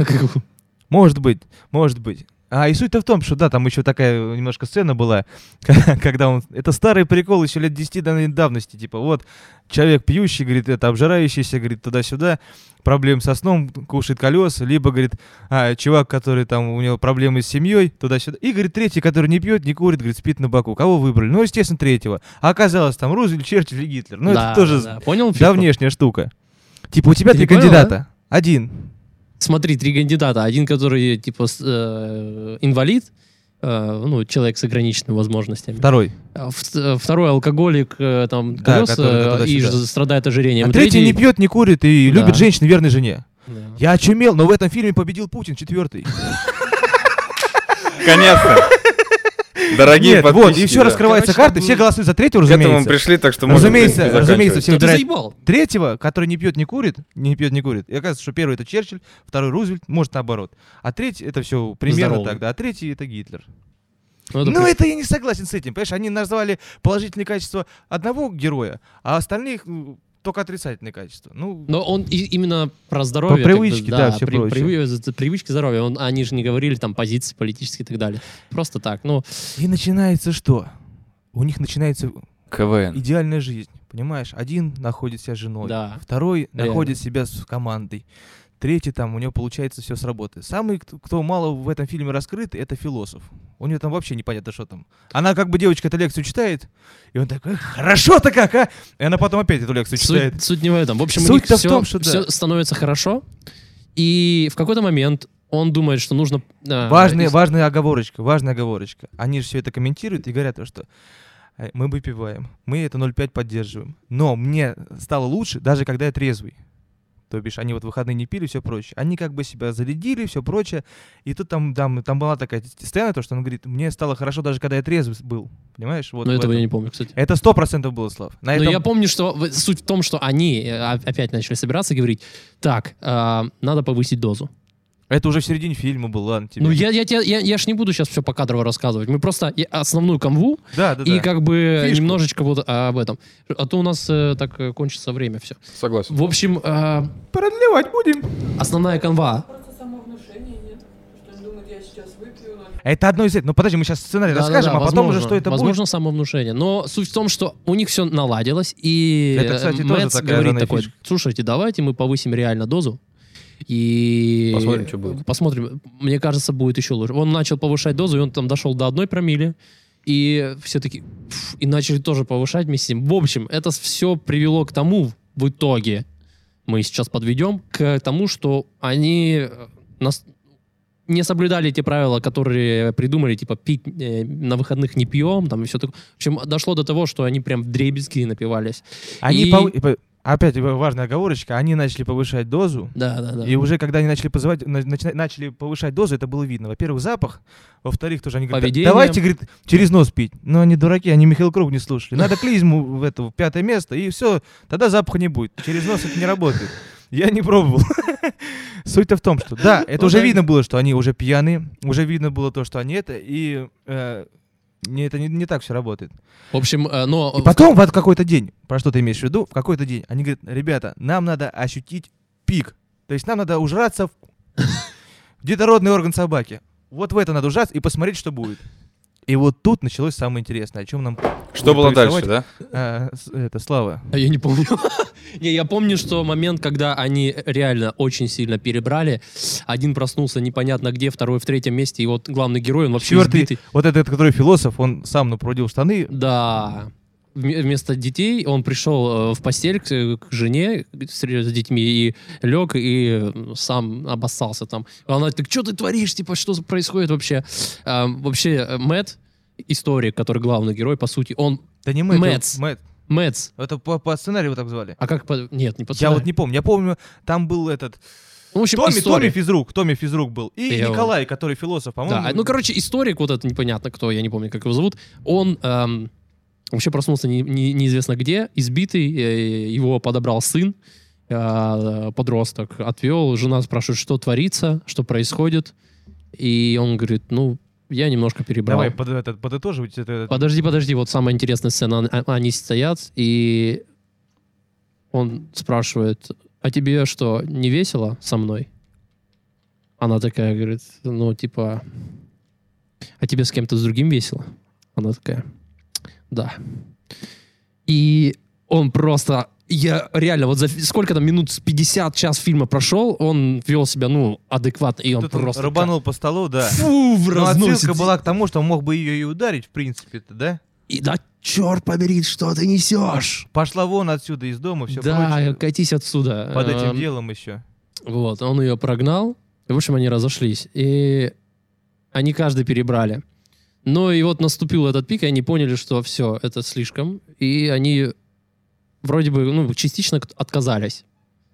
S3: Может быть, может быть. А и суть-то в том, что да, там еще такая немножко сцена была, когда он... Это старый прикол еще лет 10 дав- давности, типа вот человек пьющий, говорит, это обжирающийся, говорит, туда-сюда, проблем со сном, кушает колес, либо, говорит, а, чувак, который там, у него проблемы с семьей, туда-сюда. И, говорит, третий, который не пьет, не курит, говорит, спит на боку. Кого выбрали? Ну, естественно, третьего. А оказалось, там Рузвельт, Черчилль и Гитлер. Ну,
S2: Да,
S3: это тоже
S2: да, да. Понял фишку?
S3: давнешняя штука. Типа, у тебя
S2: Ты
S3: три
S2: не понял,
S3: кандидата. Один.
S2: Смотри, три кандидата. Один, который, типа, с- э, инвалид, э, ну, человек с ограниченными возможностями.
S3: Второй.
S2: А в- э, Второй алкоголик, э, там,
S3: Да,
S2: колеса,
S3: который
S2: э, и
S3: туда-сюда.
S2: ж- страдает ожирением.
S3: А третий не пьет, не курит и
S2: Да.
S3: любит женщин верной жене.
S2: Да.
S3: Я очумел, но в этом фильме победил Путин, четвертый.
S4: Конечно. Дорогие
S3: Нет,
S4: подписчики.
S3: вот, и все
S4: да.
S3: раскрывается
S2: Короче,
S3: карты,
S2: это
S3: все
S2: было-
S3: голосуют за третьего,
S4: К этому мы
S3: разумеется.
S4: пришли, так что можно, в
S3: Разумеется,
S4: принципе,
S3: разумеется,
S4: заканчивать.
S3: все
S2: Ты
S3: выбирают
S2: заебал.
S3: третьего, который не пьет, не курит, не пьет, не курит. И оказывается, что первый это Черчилль, второй Рузвельт, может наоборот. А третий это все примерно
S2: Здоровый.
S3: так, да. А третий это Гитлер.
S2: Ну, это
S3: Ну,
S2: прик-
S3: это я не согласен с этим. Понимаешь, они назвали положительные качества одного героя, а остальных ну, только отрицательные качества. Ну,
S2: Но он и- именно про здоровье.
S3: Про
S2: как бы,
S3: привычки, да, всё
S2: при-
S3: прочее.
S2: привы- за- за привычки здоровья. Он- они же не говорили там позиции политические и так далее. Просто так. Ну,
S3: и начинается что? У них начинается
S4: КВН.
S3: идеальная жизнь, понимаешь? Один находит себя женой,
S2: Да.
S3: второй
S2: Реально.
S3: находит себя с командой, третий там у него получается все с работы. Самый, кто, кто мало в этом фильме раскрыт, это философ. У нее там вообще непонятно, что там. Она как бы девочка эту лекцию читает, и он такой, «Эх, хорошо-то как, а? И она потом опять эту лекцию читает.
S2: Суть, суть не в этом. В общем, у них
S3: Суть-то в
S2: все,
S3: том, что да.
S2: становится хорошо, и в какой-то момент он думает, что нужно... э,
S3: Важная,
S2: ис-
S3: важная оговорочка, важная оговорочка. Они же все это комментируют и говорят, то, что э, мы выпиваем, мы это 0,5 поддерживаем. Но мне стало лучше, даже когда я трезвый. То бишь, они вот выходные не пили, все прочее. Они как бы себя зарядили, все прочее. И тут там, там, там была такая сцена, то, что он говорит, мне стало хорошо даже когда я трезвый был. Понимаешь? Вот
S2: Но
S3: в
S2: Ну, этого я
S3: этом.
S2: не помню, кстати.
S3: Это сто процентов было, Слав. На
S2: Но
S3: этом-
S2: я помню, что в- суть в том, что они э, оп- опять начали собираться и говорить, так, а, надо повысить дозу.
S3: Это уже в середине фильма было, ладно тебе.
S2: Ну, я, я, тебе- я, я ж не буду сейчас все покадрово рассказывать. Мы просто и- основную канву
S3: Да, да,
S2: и
S3: да.
S2: как бы
S3: Фишку.
S2: немножечко вот а, об этом. А то у нас э, так э, кончится время все.
S4: Согласен.
S2: В общем, э,
S3: Продлевать будем.
S2: основная канва.
S5: Просто самовнушения нет. Что он думает, я сейчас выпью, но
S3: Это одно из этого. Ну подожди, мы сейчас сценарий
S2: Да-да-да,
S3: расскажем, а потом
S2: возможно.
S3: уже что это
S2: Возможно, самовнушение. Но суть в том, что у них все наладилось, и
S3: Это, кстати,
S2: э,
S3: тоже
S2: Мэтс
S3: такая
S2: говорит
S3: данная
S2: такой,
S3: фишка.
S2: слушайте, давайте мы повысим реально дозу, и...
S4: Посмотрим, что будет.
S2: Посмотрим. Мне кажется, будет еще лучше. Он начал повышать дозу, и он там дошел до одной промили. И все таки и начали тоже повышать вместе с ним. В общем, это все привело к тому, в итоге, мы сейчас подведем, к тому, что они э, нас не соблюдали те правила, которые придумали, типа пить э, на выходных не пьем, там и все такое. В общем, дошло до того, что они прям в дребезги напивались.
S3: будет. Они
S2: и-
S3: пов- и по- Опять э, важная оговорочка. Они начали повышать дозу.
S2: Да, да, да.
S3: И уже когда они начали позывать, на- начина- начали повышать дозу, это было видно. Во-первых, запах, во-вторых, тоже они говорят, «Да-
S2: Поведение.
S3: давайте, говорит, через нос пить. Но они дураки, они Михаил Круг не слушали. Надо клизму в это, в пятое место, и все, тогда запаха не будет. Через нос это не работает. Я не пробовал. Суть-то в том, что да, это
S2: Ну
S3: уже
S2: да.
S3: видно было, что они уже пьяны, уже видно было то, что они это, и э, не, это не, не так все работает.
S2: В общем, э, но...
S3: И потом в какой-то день, про что ты имеешь в виду, в какой-то день, они говорят, ребята, нам надо ощутить пик. То есть нам надо ужраться в детородный орган собаки. Вот в это надо ужаться и посмотреть, что будет. И вот тут началось самое интересное, о чем нам
S4: Что
S3: Ой,
S4: было дальше,
S3: повествовать. э,
S4: да?
S3: с- это Слава.
S2: А Я не помню. Не, я помню, что момент, когда они реально очень сильно перебрали. Один проснулся непонятно где, второй в третьем месте, и вот главный герой, он вообще
S3: Четвертый,
S2: избитый.
S3: вот этот, который философ, он сам напрудил штаны.
S2: Да. Вме- Вместо детей он пришел э, в постель к, э, к жене с, ре- с детьми и лег и э, сам обоссался там. Она так, что ты творишь, типа, что за- происходит вообще? А, вообще, э, Мэтт, историк, который главный герой, по сути, он
S3: Да не Мэтт.
S2: Мэтс.
S3: он- Мэтт.
S2: Мэтс.
S3: Это по, по сценарию его так звали.
S2: А как по- Нет, не
S3: Я
S2: по
S3: вот
S2: сценарию.
S3: не помню. Я помню, там был этот...
S2: Ну, в общем,
S3: Томми, Томми
S2: историк.
S3: Физрук. Томми Физрук был. И
S2: Я его-
S3: Николай, который философ, по-моему.
S2: Да, ну, короче, историк, вот это непонятно кто, я не помню, как его зовут, он эм, вообще проснулся не- не- неизвестно где, избитый, э, его подобрал сын, э, подросток, отвел, жена спрашивает, что творится, что происходит, и он говорит, ну, я немножко перебрал.
S3: Давай под, этот, подытоживать это-
S2: Подожди, подожди, вот самая интересная сцена, он- а- они стоят, и он спрашивает, а тебе что, не весело со мной? Она такая говорит, ну, типа, а тебе с кем-то с другим весело? Она такая, да. И он просто, я реально, вот за фи- сколько там минут, с 50 час фильма прошел, он вел себя, ну, адекватно, и он
S3: Тут он
S2: просто...
S3: рубанул по столу, да.
S2: как- Фу, в
S3: Но
S2: разносит.
S3: отсылка была к тому, что он мог бы ее и ударить, в принципе-то, да?
S2: И да черт побери, что ты несешь?
S3: Пошла вон отсюда из дома, все
S2: да,
S3: прочее.
S2: катись отсюда.
S3: Под этим
S2: Эм,
S3: делом еще.
S2: Вот, он ее прогнал. И, в общем, они разошлись. И они каждый перебрали. Но и вот наступил этот пик, и они поняли, что все, это слишком. И они вроде бы, ну, частично к- отказались.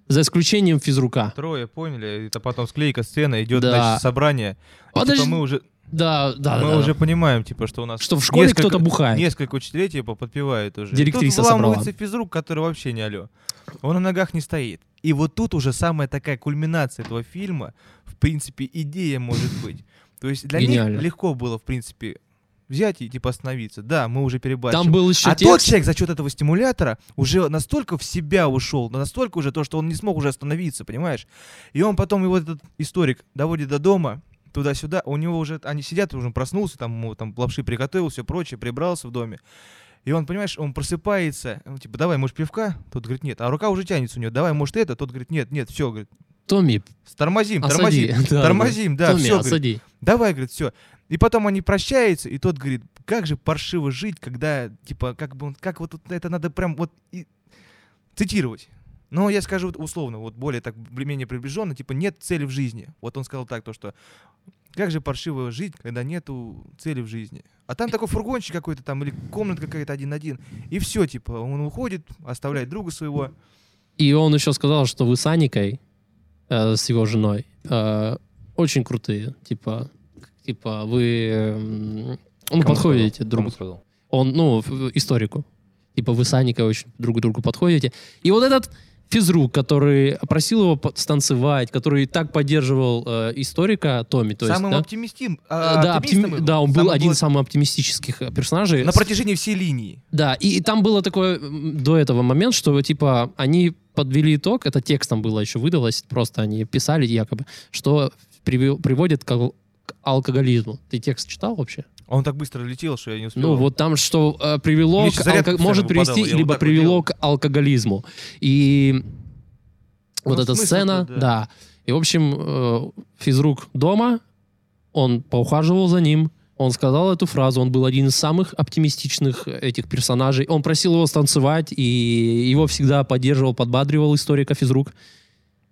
S2: За исключением физрука.
S3: Трое поняли, это потом склейка сцена, идет
S2: Да.
S3: значит, собрание. И,
S2: Подожди.
S3: типа, мы уже,
S2: Да, да,
S3: мы
S2: да,
S3: уже
S2: да.
S3: понимаем, типа, что у нас
S2: Что в школе кто-то бухает.
S3: Несколько учителей типа подпевает уже. И
S2: Директриса
S3: тут
S2: собрала.
S3: вламывается физрук, который вообще не алё. Он на ногах не стоит. И вот тут уже самая такая кульминация этого фильма, в принципе, идея может быть. То есть для
S2: Гениально.
S3: них легко было, в принципе, взять и типа остановиться. Да, мы уже перебачили.
S2: Там был еще
S3: а тот
S2: текст.
S3: человек за счет этого стимулятора уже настолько в себя ушел, настолько уже то, что он не смог уже остановиться, понимаешь? И он потом, его этот историк доводит до дома, туда-сюда, у него уже, они сидят, уже проснулся, там ему там лапши приготовил, все прочее, прибрался в доме. И он, понимаешь, он просыпается, ну, типа, давай, может, пивка? Тот говорит, нет. А рука уже тянется у него, давай, может, это? Тот говорит, нет, нет, все, говорит,
S2: Томми,
S3: тормозим,
S2: осади.
S3: тормозим,
S2: А Да, да.
S3: тормозим, да,
S2: Томми, а
S3: все,
S2: осади.
S3: давай, говорит, все. И потом они прощаются, и тот говорит, как же паршиво жить, когда, типа, как бы он, как вот тут это надо прям вот и цитировать. Но я скажу вот условно, вот более так, более-менее приближенно, типа, нет цели в жизни. Вот он сказал так, то, что как же паршиво жить, когда нету цели в жизни. А там такой фургончик какой-то там, или комната какая-то один-один. И все, типа, он уходит, оставляет друга своего.
S2: И он еще сказал, что вы с Аникой, э, с его женой, э, очень крутые. Типа, типа вы эм, ну,
S4: Кому
S2: подходите
S4: сказал?
S2: друг
S4: Кому сказал?
S2: Он, ну, в- историку. Типа вы с Аникой очень друг к другу подходите. И вот этот физрук, который просил его по- станцевать, который и так поддерживал э, историка Томми, то есть,
S3: Самым
S2: да?
S3: оптимистим,
S2: Э,
S3: а,
S2: да,
S3: оптимистом
S2: оптими-
S3: был.
S2: да, он был
S3: Самый
S2: один
S3: глаз-
S2: из самых оптимистических э, персонажей.
S3: На
S2: С-
S3: протяжении всей линии.
S2: да, и, и там было такое м, до этого момент, что типа они подвели итог, это текстом было еще выдалось, просто они писали якобы, что привел- приводит к, ал- к алкоголизму. Ты текст читал вообще?
S3: А Он так быстро летел, что я не успел.
S2: Ну вот там, что э, привело,
S3: Мне
S2: к
S3: ещё зарядка
S2: алко-
S3: постоянно
S2: может
S3: выпадала,
S2: привести,
S3: я вот
S2: либо
S3: так вот
S2: привело
S3: делал.
S2: к алкоголизму. И вот
S3: Ну,
S2: эта
S3: смысл-то,
S2: сцена,
S3: да.
S2: да. И в общем, э, физрук дома, он поухаживал за ним, он сказал эту фразу, он был один из самых оптимистичных э, этих персонажей. Он просил его станцевать, и его всегда поддерживал, подбадривал историка физрук.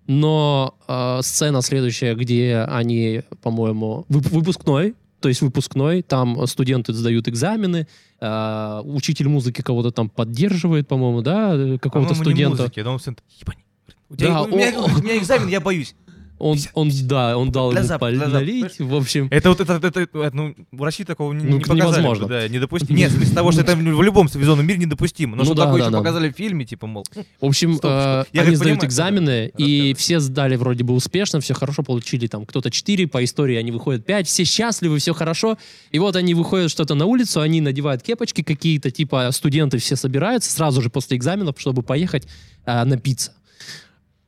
S2: Но э, сцена следующая, где они, по-моему, вып- выпускной, то есть выпускной, там студенты сдают экзамены, э, учитель музыки кого-то там поддерживает, по-моему, да, э,
S3: По-моему, не
S2: какого-то студента.
S3: музыки, а он всё- Ебани. У тебя-
S2: Да,
S3: у меня-
S2: о-
S3: у меня экзамен, я боюсь.
S2: Он, он, да, он дал
S3: Для
S2: ему
S3: запада, для запада,
S2: налить, в общем.
S3: Это вот это, это- это- ну, в России такого не,
S2: Ну,
S3: не
S2: к-
S3: показали. бы,
S2: невозможно.
S3: Да, недопустимо. Нет, в смысле того, что это в любом цивилизованном мире недопустимо. Но
S2: Ну
S3: что
S2: да,
S3: такое
S2: да,
S3: еще
S2: да.
S3: показали в фильме, типа, мол,
S2: В общем,
S3: Стоп,
S2: э,
S3: стоп. Я
S2: они
S3: как
S2: сдают
S3: понимаю,
S2: экзамены,
S3: да.
S2: и
S3: Рассказывай.
S2: все сдали вроде бы успешно, все хорошо получили, там кто-то 4, по истории они выходят 5, все счастливы, все хорошо. И вот они выходят что-то на улицу, они надевают кепочки какие-то, типа студенты все собираются сразу же после экзаменов, чтобы поехать э, напиться.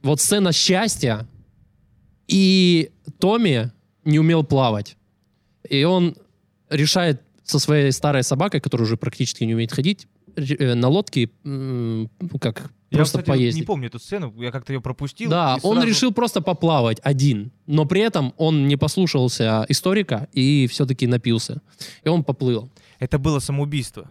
S2: Вот сцена счастья, и Томми не умел плавать. И он решает со своей старой собакой, которая уже практически не умеет ходить, ре- э, на лодке, м, ну как,
S3: я,
S2: просто
S3: кстати,
S2: поездить.
S3: не помню эту сцену, я как-то ее пропустил.
S2: Да,
S3: и
S2: он
S3: сразу-
S2: решил просто поплавать один, но при этом он не послушался историка и все-таки напился. И он поплыл.
S3: Это было самоубийство.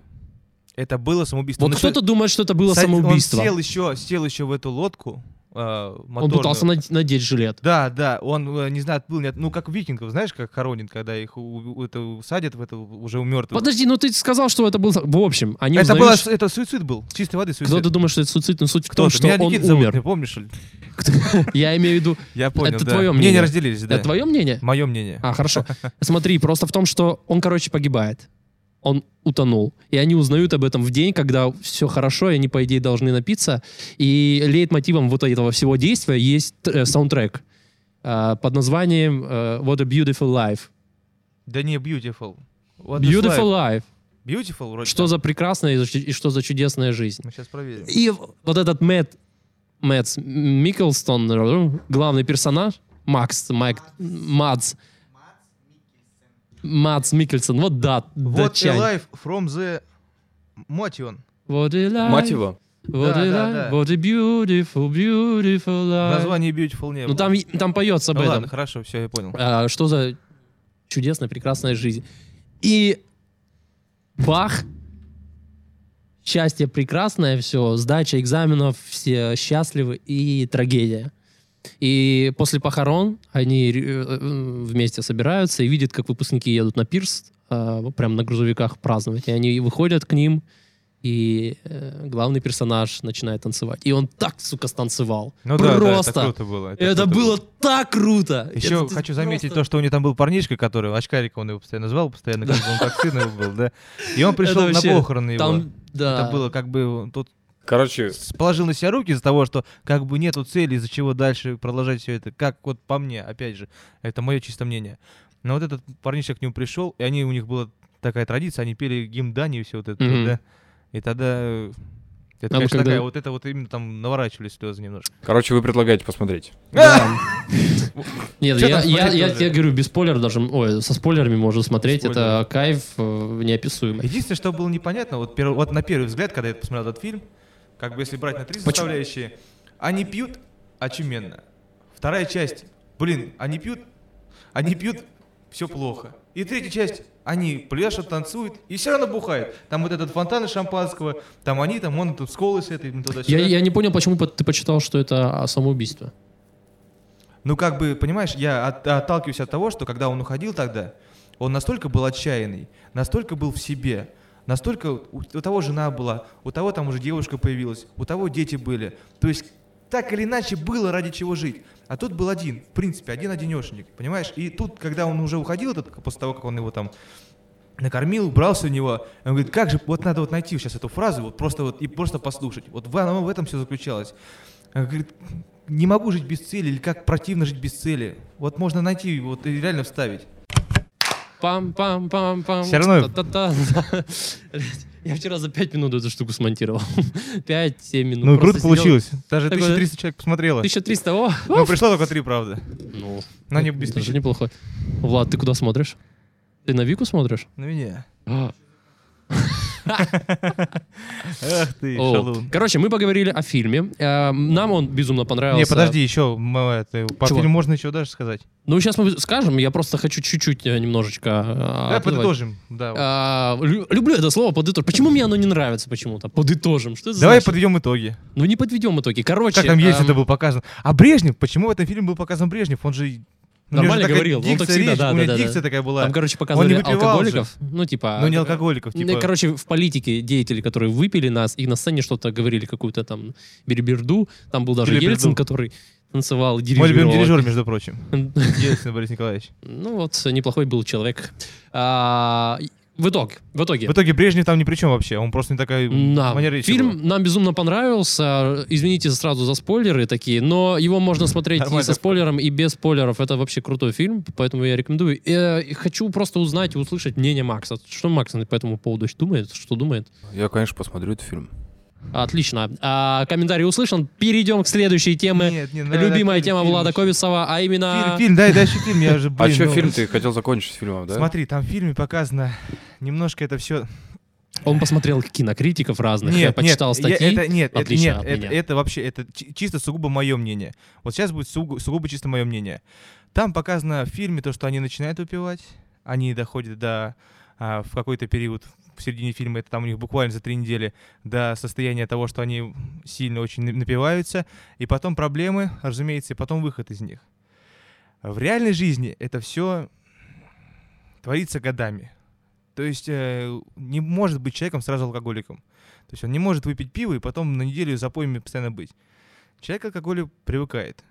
S3: Это было самоубийство.
S2: Вот
S3: Он
S2: кто-то
S3: еще-
S2: думает, что это было
S3: Кстати,
S2: самоубийство.
S3: Он
S2: Он,
S3: сел еще, сел еще в эту лодку. э, моторную.
S2: пытался над- надеть жилет.
S3: Да, да, он, э, не знаю, отплыл, не от- ну, как викингов, знаешь, как хоронят, когда их у- у- это, усадят в это уже у мертвых.
S2: Подожди, ну ты сказал, что это был... В общем, они
S3: это,
S2: узнают,
S3: было,
S2: что-
S3: это суицид был, чистой воды суицид.
S2: Кто-то думает, что это суицид, но суть в Ну, том,
S3: Кто-то.
S2: что
S3: Меня
S2: он
S3: Никита зовут,
S2: умер.
S3: ты помнишь? ли?
S2: Я имею в виду...
S3: Я понял,
S2: Это
S3: да.
S2: твое
S3: Мнения
S2: мнение.
S3: разделились, да.
S2: Это твое мнение?
S3: Мое мнение.
S2: А, хорошо. Смотри, просто в том, что он, короче, погибает. Он утонул. И они узнают об этом в день, когда все хорошо, и они, по идее, должны напиться. И лейтмотивом вот этого всего действия есть э, саундтрек э, под названием э, What a Beautiful Life.
S3: Да не, beautiful. What is
S2: beautiful
S3: life?
S2: life.
S3: Beautiful вроде.
S2: Что за прекрасная и за- и что за чудесная жизнь.
S3: Мы сейчас проверим.
S2: И вот этот Мэтт, Мэтт Микклстон, э, главный персонаж, Макс, Майк, Мадс. Мадс Миккельсон, вот да,
S3: What
S2: датчанин.
S3: a life from the... Мотион.
S2: Вот и life,
S4: Мать его.
S2: вот
S3: Да,
S2: и
S3: да,
S2: life,
S3: да.
S2: вот и beautiful, beautiful life.
S3: Название beautiful не
S2: А. Ну
S3: было.
S2: там, там поется об
S3: Ну
S2: этом.
S3: ладно, хорошо, все, я понял.
S2: А, что за чудесная, прекрасная жизнь. И бах, счастье прекрасное, все, сдача экзаменов, все счастливы и трагедия. И после похорон они э, э, вместе собираются и видят, как выпускники едут на пирс, э, вот прям на грузовиках праздновать. И они выходят к ним, и э, главный персонаж начинает танцевать. И он так, сука, станцевал.
S3: Ну да, да,
S2: Просто.
S3: это круто было.
S2: это, было так круто!
S3: Еще
S2: Это
S3: хочу заметить
S2: просто-
S3: то, что у него там был парнишка, который очкарик, он его постоянно звал, постоянно как бы он как сын его был, да. И он пришел
S2: Это
S3: на
S2: вообще
S3: похороны его.
S2: Там, да.
S3: Это было как бы он тут
S4: Короче,
S3: с- положил на себя руки из-за того, что как бы нету цели, из-за чего дальше продолжать все это. Как вот по мне, опять же, это мое чисто мнение. Но вот этот парнишка к нему пришел, и они у них была такая традиция, они пели гимн Дании и все вот это, вот,
S2: Мгм.
S3: да. И тогда э, это,
S2: А вы
S3: конечно,
S2: когда-
S3: такая, вот это вот именно там наворачивались слезы немножко.
S4: короче, вы предлагаете посмотреть.
S2: Нет,
S3: Чё
S2: я,
S3: там
S2: я,
S3: смотреть
S2: я
S3: тоже?
S2: тебе говорю, без спойлер даже, ой, со спойлерами можно смотреть,
S3: Спойлеры.
S2: это кайф э, неописуемый.
S3: Единственное, что было непонятно, вот, перв- вот на первый взгляд, когда я посмотрел этот фильм, как бы если брать на три составляющие, они пьют очуменно. Вторая часть, блин, они пьют, они пьют, все плохо. И третья часть, они пляшут, танцуют и все равно бухают. Там вот этот фонтан из шампанского, там они, там он, тут с колой с этой,
S2: Я,
S3: туда-сюда.
S2: я не понял, почему по- ты почитал, что это а, самоубийство.
S3: Ну, как бы, понимаешь, я от- отталкиваюсь от того, что когда он уходил тогда, он настолько был отчаянный, настолько был в себе, настолько у, у того жена была, у того там уже девушка появилась, у того дети были. То есть так или иначе было ради чего жить. А тут был один, в принципе, один-одинешенек, понимаешь? И тут, когда он уже уходил, этот, после того, как он его там накормил, брался у него. Он говорит, как же, вот надо вот найти сейчас эту фразу, вот просто вот и просто послушать. Вот в, оно в этом все заключалось. Он говорит, не могу жить без цели, или как противно жить без цели. Вот можно найти, вот и реально вставить.
S2: Пам-пам-пам-пам.
S3: Всё равно-
S2: Та-та-та. Я вчера за 5 минут эту штуку смонтировал. 5-7 минут.
S3: Ну,
S2: Просто
S3: круто
S2: сидел.
S3: получилось. Даже
S2: Такое-
S3: 1300 человек посмотрело.
S2: 1300, о,
S3: Ну, пришло только три, правда.
S2: Ну,
S3: Но не
S2: ну,
S3: без
S2: даже
S3: тысячи.
S2: неплохо. Влад, ты куда смотришь? Ты на Вику смотришь?
S3: На меня.
S2: А.
S3: Ах ты,
S2: О,
S3: шалун.
S2: Короче, мы поговорили о фильме. Э, Нам он безумно понравился.
S3: Не, подожди, еще по
S2: Чего?
S3: фильму можно еще даже сказать.
S2: Ну, сейчас мы скажем, я просто хочу чуть-чуть э, немножечко... э,
S3: Давай
S2: отвоевать.
S3: подытожим. да.
S2: А, лю- люблю это слово подытожим. Почему мне оно не нравится почему-то? Подытожим. Что это
S3: Давай
S2: значит?
S3: подведем итоги.
S2: Ну не подведем итоги. Короче.
S3: Как там есть
S2: эм,
S3: это было показано? А Брежнев, почему в этом фильме был показан Брежнев? Он же... ну, у него же
S2: Нормально
S3: такая
S2: говорил, он так
S3: дикция
S2: всегда,
S3: речь,
S2: да,
S3: У
S2: да,
S3: меня
S2: да, да.
S3: дикция такая была.
S2: Там, короче, показывали
S3: выпивал же.
S2: алкоголиков. Ну, типа...
S3: Ну, не алкоголиков,
S2: Ну,
S3: типа.
S2: Короче, в политике деятели, которые выпили нас, и на сцене что-то говорили, какую-то там берберду. Там был даже
S3: Билиберду.
S2: Ельцин, который танцевал,
S3: Мой любимый
S2: дирижировал.
S3: дирижер, между прочим. Ельцин Борис Николаевич.
S2: Ну вот, неплохой был человек. А, и- В итоге, в итоге.
S3: В итоге Брежнев там ни при чем вообще. Он просто не такая
S2: Да.
S3: манера речи была.
S2: Фильм нам безумно понравился. Извините сразу за спойлеры такие, но его можно смотреть и
S3: Нормально.
S2: со спойлером, и без спойлеров. Это вообще крутой фильм, поэтому я рекомендую. Э, и хочу просто узнать и услышать мнение Макса. Что Макс по этому поводу думает? Что думает?
S4: Я, конечно, посмотрю этот фильм.
S2: Отлично. А, комментарий услышан. Перейдем к следующей теме.
S3: Нет, не, надо
S2: э, Любимая
S3: фильм,
S2: тема
S3: фильм
S2: Влада
S3: еще.
S2: Ковицева, а именно...
S3: Фильм, фильм, дай дальше фильм, я уже,
S4: А
S3: блин,
S4: что
S3: ну,
S4: фильм ты хотел закончить с фильмом, да?
S3: Смотри, там в фильме показано немножко это все...
S2: Он посмотрел кинокритиков разных, я
S3: Нет,
S2: почитал
S3: нет, я-
S2: статьи.
S3: это, нет, это-
S2: Отлично
S3: нет,
S2: от
S3: это,
S2: меня.
S3: это вообще, это чи- чисто сугубо мое мнение. Вот сейчас будет сугу- сугубо чисто мое мнение. Там показано в фильме то, что они начинают выпивать, они доходят до а, в какой-то период в середине фильма, это там у них буквально за три недели, до состояния того, что они сильно очень на- напиваются, и потом проблемы, разумеется, и потом выход из них. В реальной жизни это все творится годами. То есть э, не может быть человеком сразу алкоголиком. То есть он не может выпить пиво и потом на неделю запоями постоянно быть. Человек к алкоголю привыкает.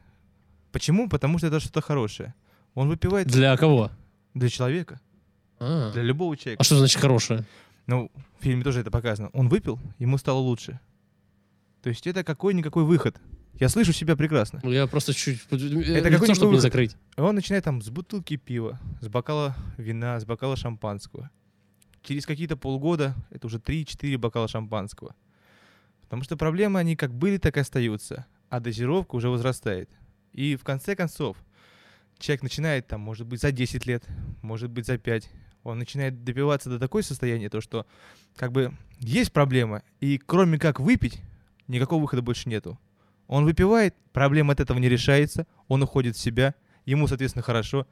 S3: Почему? Потому что это что-то хорошее. Он выпивает для,
S2: Для кого?
S3: человека,
S2: А.
S3: для любого человека.
S2: а что значит хорошее?
S3: Ну, в фильме тоже это показано. Он выпил, ему стало лучше. То есть это какой-никакой выход. Я слышу себя прекрасно.
S2: Ну, Я просто чуть...
S3: Это
S2: Это
S3: какой-нибудь
S2: чтобы не
S3: выход.
S2: закрыть.
S3: Он начинает там с бутылки пива, с бокала вина, с бокала шампанского. Через какие-то полгода это уже 3-4 бокала шампанского. Потому что проблемы, они как были, так и остаются. А дозировка уже возрастает. И в конце концов, человек начинает там, может быть, за 10 лет, может быть, за 5. Он начинает добиваться до такой состояния, то что как бы есть проблема, и кроме как выпить, никакого выхода больше нету. Он выпивает, проблема от этого не решается, он уходит в себя, ему, соответственно, хорошо.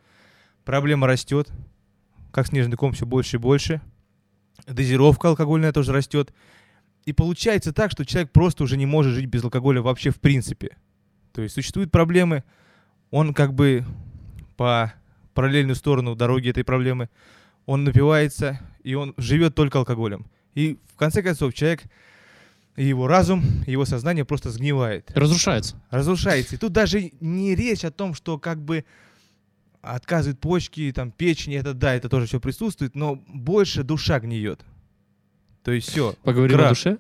S3: Проблема растет, как снежный ком, все больше и больше. Дозировка алкогольная тоже растет. И получается так, что человек просто уже не может жить без алкоголя вообще в принципе. То есть существуют проблемы, он как бы по параллельную сторону дороги этой проблемы, он напивается, и он живет только алкоголем. И в конце концов человек, и его разум, и его сознание просто сгнивает
S2: Разрушается.
S3: разрушается. И тут даже не речь о том, что как бы отказывают почки, там, печень, это да, это тоже все присутствует, но больше душа гниет. То есть все.
S2: Поговорим о
S3: Крах.
S2: душе?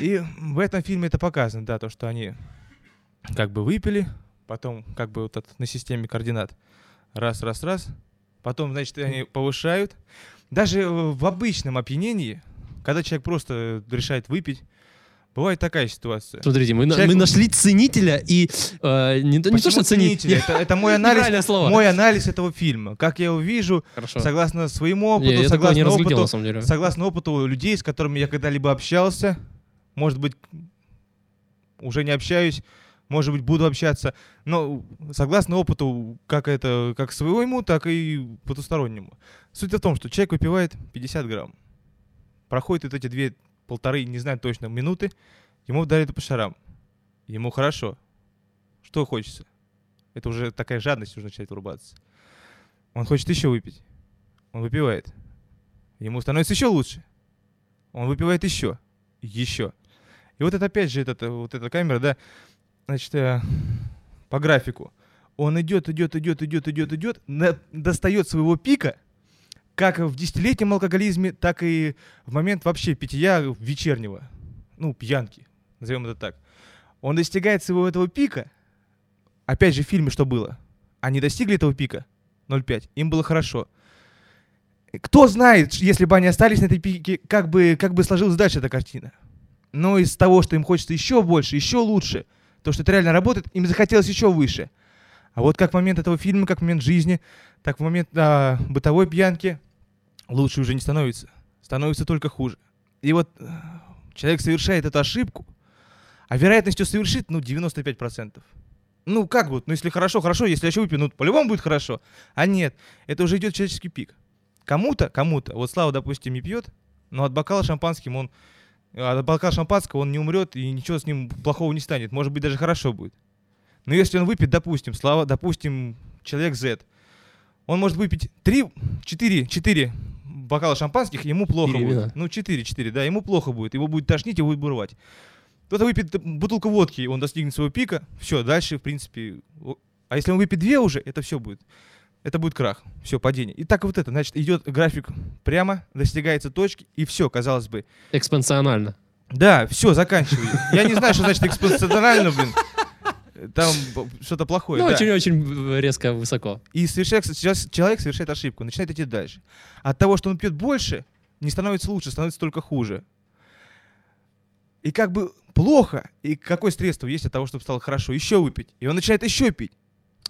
S3: И в этом фильме это показано, да, то, что они как бы выпили, потом как бы вот от- на системе координат раз, раз, раз, потом, значит, они повышают. Даже э, в обычном опьянении, когда человек просто э, решает выпить, бывает такая ситуация.
S2: Смотрите, мы, на-
S3: Человек-
S2: мы нашли ценителя и... э, не, то- не то,
S3: Почему
S2: что ценитель.
S3: ценителя? Это, это мой анализ
S2: Неправильное слово.
S3: мой анализ этого фильма. Как я его вижу,
S2: Хорошо.
S3: согласно своему
S2: Не,
S3: опыту,
S2: я такого не
S3: согласно
S2: разглядел, на
S3: опыту,
S2: самом деле.
S3: согласно опыту людей, с которыми я когда-либо общался, может быть, уже не общаюсь, может быть, буду общаться, но согласно опыту, как это, как своему, так и потустороннему. Суть в том, что человек выпивает 50 грамм, проходит вот эти две полторы, не знаю точно, минуты, ему ударит по шарам, ему хорошо, что хочется. Это уже такая жадность уже начинает врубаться. Он хочет еще выпить. Он выпивает. Ему становится еще лучше. Он выпивает еще. Еще. И вот это опять же этот, э, вот эта камера, да, значит, э, по графику. Он идет, идет, идет, идет, идет, идет, на- достает своего пика, как в десятилетнем алкоголизме, так и в момент вообще питья вечернего, ну, пьянки, назовем это так. Он достигает своего этого пика, опять же, в фильме что было? Они достигли этого пика, 0,5, им было хорошо. Кто знает, ш- если бы они остались на этой пике, как бы, как бы сложилась дальше эта картина. Но из того, что им хочется еще больше, еще лучше, то, что это реально работает, им захотелось еще выше. А вот как в момент этого фильма, как в момент жизни, так в момент а, бытовой пьянки лучше уже не становится. Становится только хуже. И вот э, человек совершает эту ошибку, а вероятность ее совершит, ну, 95%. Ну, как вот, ну, если хорошо, хорошо, если я еще выпью, ну, по-любому будет хорошо. А нет, это уже идет человеческий пик. Кому-то, кому-то, вот Слава, допустим, не пьет, но от бокала шампанским он, от бокала А шампанского он не умрет и ничего с ним плохого не станет. Может быть, даже хорошо будет. Но если он выпьет, допустим, Слава, допустим, человек Z, он может выпить 3, 4, 4 бокала шампанских, ему плохо
S2: Четыре
S3: будет.
S2: вина.
S3: Ну, 4, 4, да, ему плохо будет, его будет тошнить, его будет бурвать. Кто-то выпьет бутылку водки, и он достигнет своего пика, все, дальше, в принципе... о- А если он выпьет две уже, это все будет. Это будет крах, все, падение. И так вот это, значит, идет график прямо, достигается точки, и все, казалось бы.
S2: Экспансионально.
S3: Да, все, заканчивай. Я не знаю, что значит экспансионально, блин. Там б- что-то плохое.
S2: Ну,
S3: да.
S2: очень-очень резко высоко.
S3: И совершает- сейчас человек совершает ошибку, начинает идти дальше. От того, что он пьет больше, не становится лучше, становится только хуже. И как бы плохо, и какое средство есть от того, чтобы стало хорошо, еще выпить. И он начинает еще пить.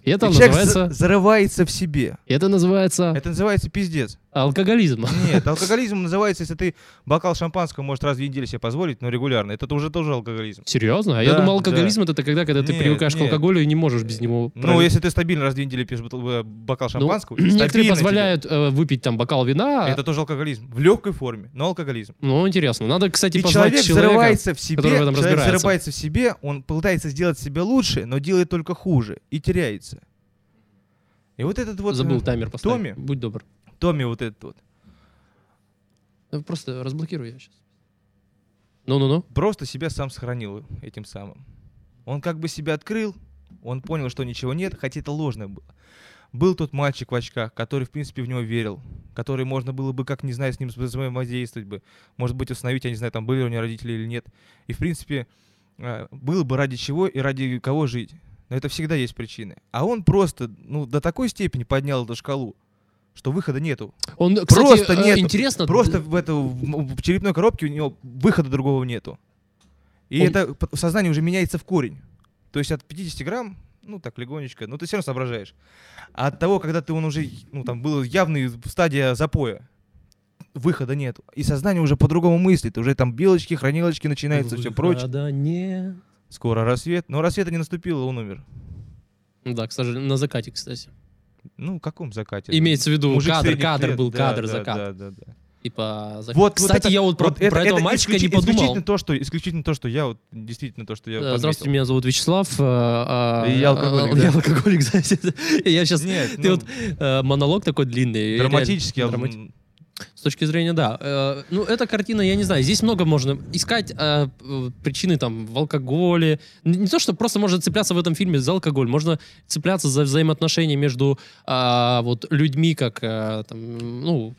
S2: И это
S3: И человек за-
S2: называется... А.
S3: зарывается в себе.
S2: Это называется
S3: Это называется пиздец.
S2: алкоголизм.
S3: Нет, алкоголизм называется, если ты бокал шампанского можешь раз в неделю себе позволить, но регулярно. Это уже тоже алкоголизм.
S2: Серьезно? А Я
S3: Да,
S2: думал, алкоголизм это тогда, когда ты
S3: Нет,
S2: привыкаешь
S3: нет.
S2: к алкоголю и не можешь без него.
S3: Ну,
S2: прожить.
S3: если ты стабильно раз в две недели пьешь бутыл- э, бокал
S2: Ну,
S3: шампанского,
S2: некоторые
S3: стабильно
S2: позволяют э, выпить там бокал вина.
S3: тебе, это тоже алкоголизм. В легкой форме, но алкоголизм.
S2: Ну, интересно. Надо, кстати,
S3: И
S2: позвать
S3: человек
S2: человека.
S3: зарывается в себе,
S2: который в этом
S3: человек
S2: разбирается.
S3: зарывается в себе, он пытается сделать себя лучше, но делает только хуже и теряется. И вот этот вот...
S2: Забыл
S3: э,
S2: таймер поставить.
S3: Томми.
S2: Будь добр.
S3: Томми вот этот вот.
S2: Ну, Просто разблокирую я сейчас. Ну-ну-ну.
S3: Просто себя сам сохранил этим самым. Он как бы себя открыл, он понял, что ничего нет, хотя это ложное было. Был тот мальчик в очках, который, в принципе, в него верил, который можно было бы, как не знаю, с ним взаимодействовать бы, может быть, установить, я не знаю, там были у него родители или нет. И, в принципе, э, было бы ради чего и ради кого жить. Но это всегда есть причины. А он просто, ну, до такой степени поднял эту шкалу, что выхода нету.
S2: Он, кстати,
S3: Просто
S2: э,
S3: нету.
S2: Интересно.
S3: Просто в, это, в в черепной коробке у него выхода другого нету. И
S2: Он-
S3: это п- сознание уже меняется в корень. То есть от 50 грамм, ну так легонечко, но ты все равно соображаешь. А от того, когда ты он уже, ну там было явный стадия запоя, выхода нету. И сознание уже по-другому мыслит. Уже там белочки, хранилочки начинается, все прочее.
S2: Да, не.
S3: Скоро рассвет. Но рассвета не наступило, он умер.
S2: Да, к сожалению, на закате, кстати.
S3: Ну, в каком закате?
S2: Имеется в виду
S3: Мужик
S2: кадр,
S3: средних
S2: кадр
S3: лет.
S2: был,
S3: Да,
S2: кадр,
S3: да,
S2: закат.
S3: да, да, да.
S2: Типа, зак-
S3: Вот, вот
S2: Кстати,
S3: это-
S2: я вот про,
S3: вот это-
S2: про этого
S3: это
S2: мальчика
S3: исключи-
S2: не подумал.
S3: Исключительно то, что, исключительно то, что я вот действительно то, что я.
S2: Э,
S3: подметил.
S2: Здравствуйте, меня зовут Вячеслав. э, а-
S3: И я алкоголик,
S2: а-
S3: да.
S2: Я алкоголик, да. Я сейчас
S3: Нет,
S2: ты
S3: ну,
S2: вот, монолог такой длинный.
S3: драматически.
S2: реально
S3: я-
S2: драмати- С точки зрения, да. Э, Ну, эта картина, я не знаю, здесь много можно искать э, э, причины там в алкоголе. Н- Не то, что просто можно цепляться в этом фильме за алкоголь, можно цепляться за взаимоотношения между а, вот людьми, как э, там, ну,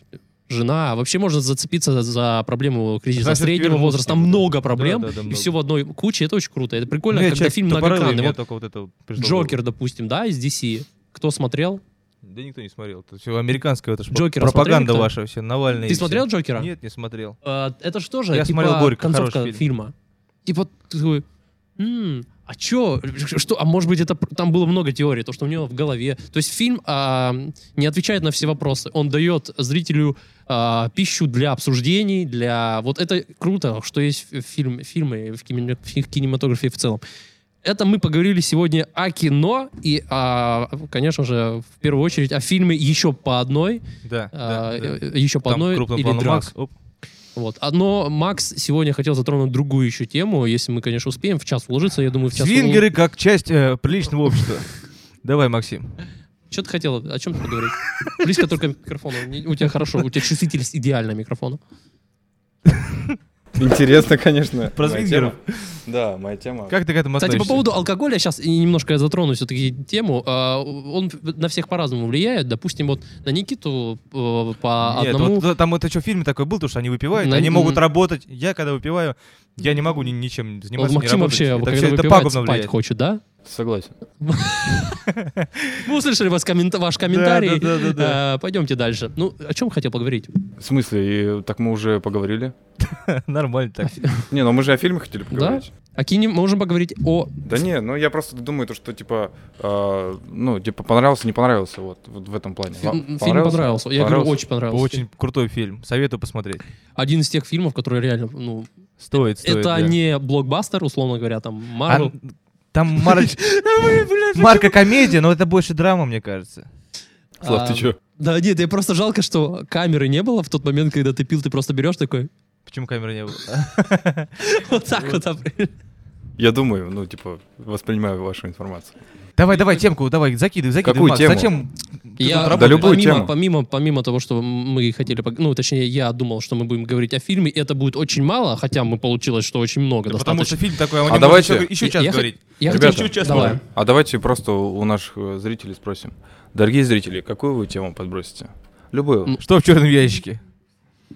S2: жена. Вообще можно зацепиться за проблему кризиса
S3: Жена
S2: среднего
S3: всё-таки
S2: возраста. Там
S3: вернулась.
S2: много проблем,
S3: Да, да, да,
S2: и
S3: много.
S2: все в одной куче. Это очень круто. Это
S3: Ну,
S2: прикольно,
S3: я
S2: когда
S3: человек
S2: фильм
S3: тупорылый,
S2: многогранный.
S3: меня
S2: Вот
S3: только вот это пришло в голову.
S2: Джокер, допустим, да, из DC. Кто смотрел?
S3: Да никто не смотрел. Это все американское, это ж
S2: Джокера
S3: пропаганда
S2: смотрели кто?
S3: ваша все, Навальный.
S2: Ты
S3: и всё.
S2: смотрел Джокера?
S3: Нет, не смотрел.
S2: Э, Это же тоже
S3: Я
S2: типа,
S3: смотрел «Горько»,
S2: концовка
S3: хороший фильм.
S2: фильма. Типа ты такой, «М, а чё? Что? А может быть, это пр- там было много теорий, то, что у него в голове. То есть фильм а, не отвечает на все вопросы. Он дает зрителю а, пищу для обсуждений, для... Вот это круто, что есть в фильм, фильмы в, кине- в кинематографе в целом. Это мы поговорили сегодня о кино и, а, конечно же, в первую очередь о фильме еще по одной,
S3: Да.
S2: а,
S3: да, да.
S2: э, еще по
S3: Там
S2: одной
S3: крупным
S2: или
S3: планом
S2: «Драк».
S3: Макс. Оп.
S2: Вот. А, Но Макс сегодня хотел затронуть другую еще тему, если мы, конечно, успеем в час уложиться. Я думаю, в час.
S3: Свингеры как часть э, приличного общества. Давай, Максим.
S2: Что ты хотел? О чем ты поговорить? Близко только к микрофону. Не- У тебя хорошо, у тебя чувствительность идеальна к микрофону.
S4: Интересно, конечно.
S3: Про
S4: Моя
S3: Звингеров.
S4: тема. Да, моя тема.
S3: Как ты к этому
S2: Кстати, по
S3: относишься?
S2: поводу алкоголя, сейчас немножко я затрону все-таки тему. А, Он на всех по-разному влияет. Допустим, вот на Никиту э, по
S3: Нет,
S2: одному...
S3: вот там это что в фильме такой был, то что они выпивают,
S2: На-
S3: они могут работать. Я когда выпиваю, я не могу ни- ничем
S2: Вот
S3: заниматься, не
S2: Максим
S3: работать.
S2: вообще,
S3: это
S2: когда
S3: всё- это
S2: выпивает,
S3: пагубно
S2: спать
S3: влияет.
S2: хочет, да?
S4: Согласен.
S2: Мы услышали вас коммент- ваш комментарий.
S3: да, да, да.
S2: Пойдемте дальше. Ну, о чем хотел поговорить?
S4: В смысле, и так мы уже поговорили?
S3: Нормально так.
S4: Не, ну мы же о фильме хотели поговорить.
S2: О кине можем поговорить о...
S4: Да не, ну я просто думаю, то, что типа, э, ну, типа понравился, не понравился, вот, вот в этом плане. Ва-
S2: Фильм понравился. Я говорю, очень понравился.
S3: Очень крутой фильм. Советую посмотреть.
S2: Один из тех фильмов, которые реально, ну...
S3: Стоит, стоит.
S2: это
S3: да.
S2: не блокбастер, условно говоря, там,
S3: А,
S2: Марвел.
S3: Там Марч- Марка комедия, но это больше драма, мне кажется.
S4: Слав, ты
S2: А,
S4: чё?
S2: Да нет, я просто жалко, что камеры не было в тот момент, когда ты пил, ты просто берешь такой,
S3: Почему камеры не было?
S2: вот так вот. опри-
S4: Я думаю, ну, типа, воспринимаю вашу информацию.
S3: Давай, давай, темку, давай, закидывай, закидывай.
S4: Какую
S3: Макс,
S4: тему?
S3: Зачем? ты
S2: Я-
S3: тут
S4: Да
S3: работаешь?
S4: любую
S2: помимо,
S4: тему.
S2: Помимо, помимо того, что мы хотели, пог- ну, точнее, я думал, что мы будем говорить о фильме, и это будет очень мало, хотя мы получилось, что очень много.
S3: Да Потому что
S2: достаточно.
S3: фильм такой, а
S4: А
S3: он не
S4: давайте-
S3: может еще
S2: Я-
S3: час
S2: я хо-
S3: говорить.
S2: я
S4: Ребята,
S2: хотел-
S3: чуть-чуть
S2: давай.
S3: оставим.
S4: А давайте просто у наших э, зрителей спросим. Дорогие зрители, какую вы тему подбросите? Любую.
S2: М,
S3: Что в черном ящике?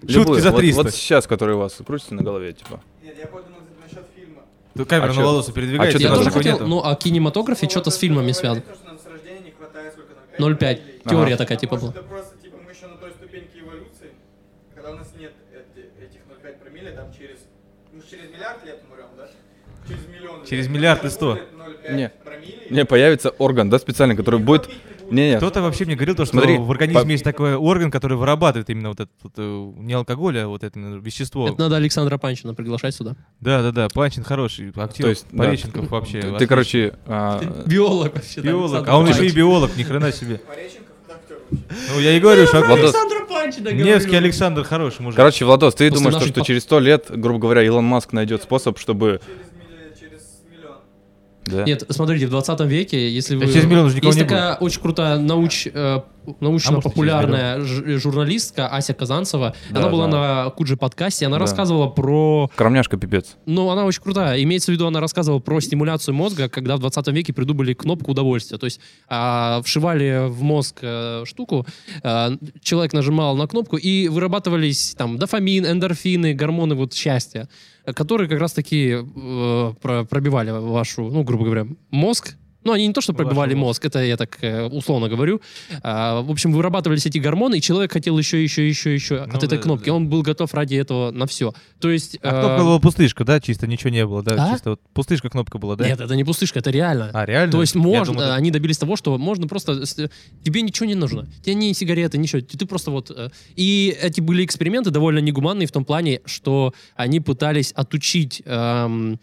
S3: Шутки
S4: Любую.
S3: за
S4: Вот-
S3: 300.
S4: Вот, сейчас, которые у вас крутятся на голове, типа.
S5: Нет, я подумал это насчет фильма.
S3: Тут камера
S4: А
S3: на
S4: чё?
S3: волосы передвигается.
S4: А чё
S2: Я
S4: ты
S2: тоже
S4: такого
S2: хотел,
S3: нету.
S2: ну, о кинематографе
S5: что
S2: что-то с фильмами связано.
S5: То, что нам с рождения не хватает, сколько нам, пять
S2: 0,5.
S5: или-
S2: Теория
S4: Ага.
S2: такая, типа,
S5: Может,
S2: была.
S5: это просто, типа, мы еще на той ступеньке эволюции, когда у нас нет эти- этих 0,5 промилле, там через, ну, через миллиард лет умрем, да? Через миллион
S3: Через
S5: лет.
S3: миллиард
S5: Когда
S3: и сто.
S5: будет 0,5
S4: Не.
S5: промилле,
S4: Не, появится орган, да, специальный, который будет... Не, не,
S3: Кто-то вообще мне говорил, то, что
S4: Смотри,
S3: в организме
S4: по-
S3: есть такой орган, который вырабатывает именно вот это вот, э, не алкоголь, а вот это именно вещество.
S2: Это надо Александра Панчина приглашать сюда.
S3: Да, да, да. Панчин хороший, актер.
S4: То есть, да.
S3: Пореченков вообще.
S4: Ты- Ты,
S3: отличный
S4: короче, а,
S2: Биолог вообще. да,
S3: биолог.
S2: Александр
S3: А он еще и
S2: Панчин.
S3: биолог, ни хрена себе.
S5: Пореченков, это актер вообще.
S3: Ну я и говорю, что
S4: Владос,
S2: Александра Панчина,
S3: Невский
S2: говорю.
S3: Александр хороший мужик.
S4: короче, Владос,
S2: После
S4: ты думаешь, то,
S2: нашей
S4: что
S2: по-
S4: через сто лет, грубо говоря, Илон Маск найдет способ, чтобы...
S5: Через, милли- через миллион.
S4: Да.
S2: Нет, смотрите, в 20 веке, если вы...
S3: Да через миллион же никого
S2: Есть
S3: не А
S2: такая очень крутая науч, э, научно-популярная ж- журналистка Ася Казанцева.
S4: Да,
S2: она была
S4: да.
S2: на Куджи подкасте, она
S4: Да.
S2: рассказывала про...
S4: Кромняшка пипец.
S2: Ну, она очень крутая. Имеется в виду, она рассказывала про стимуляцию мозга, когда в 20 веке придумали кнопку удовольствия. То есть а, вшивали в мозг э, штуку, а, человек нажимал на кнопку, и вырабатывались там дофамин, эндорфины, гормоны вот счастья, э, которые как раз-таки э, про- пробивали вашу, ну, грубо говоря, мозг. Ну, они не то, что
S3: Вашу
S2: пробивали
S3: мозг.
S2: мозг, это я так э, условно говорю. А, в общем, вырабатывались эти гормоны, и человек хотел еще, еще, еще, еще
S3: Ну
S2: от этой
S3: да,
S2: кнопки.
S3: да.
S2: Он был готов ради этого на все. То есть...
S3: А
S2: э,
S3: кнопка была пустышка, да, чисто ничего не было, да,
S2: А?
S3: чисто вот пустышка кнопка была, да?
S2: Нет, это не пустышка, это реально.
S3: А реально?
S2: То есть
S3: Я
S2: можно, а?
S3: думал,
S2: они добились того, что можно просто, с- тебе ничего не нужно, тебе ни сигареты, ничего, ты ты просто вот... э, И эти были эксперименты довольно негуманные в том плане, что они пытались отучить эм,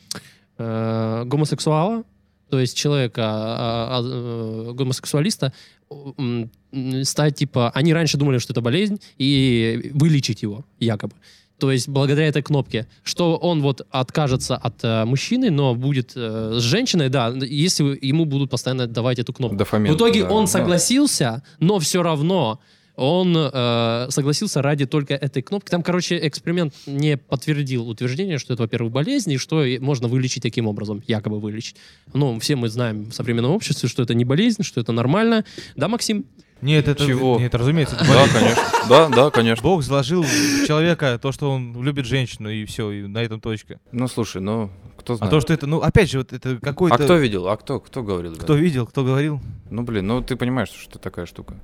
S2: э, гомосексуала, то есть человека, а, а, э, гомосексуалиста, м, м, стать типа... Они раньше думали, что это болезнь, и вылечить его, якобы. То есть благодаря этой кнопке, что он вот откажется от э, мужчины, но будет э, с женщиной, да, если ему будут постоянно давать эту кнопку.
S4: Дофамин.
S2: В итоге
S4: да.
S2: он
S4: Да.
S2: согласился, но все равно он э, согласился ради только этой кнопки. Там, короче, эксперимент не подтвердил утверждение, что это, во-первых, болезнь, и что и можно вылечить таким образом, якобы вылечить. Но все мы знаем в современном обществе, что это не болезнь, что это нормально. Да, Максим?
S3: Нет, это...
S4: Чего?
S3: Нет, разумеется, это
S4: Да, конечно. Да, да, конечно.
S3: Бог заложил в человека то, что он любит женщину, и все, и на этом точка.
S4: Ну, слушай, ну, кто
S3: А
S4: знает.
S3: то, что это, ну, опять же, вот это
S4: А
S3: какой-то...
S4: кто видел? А кто? Кто говорил?
S3: кто видел, кто говорил?
S4: Ну, блин, ну ты понимаешь, что такая штука.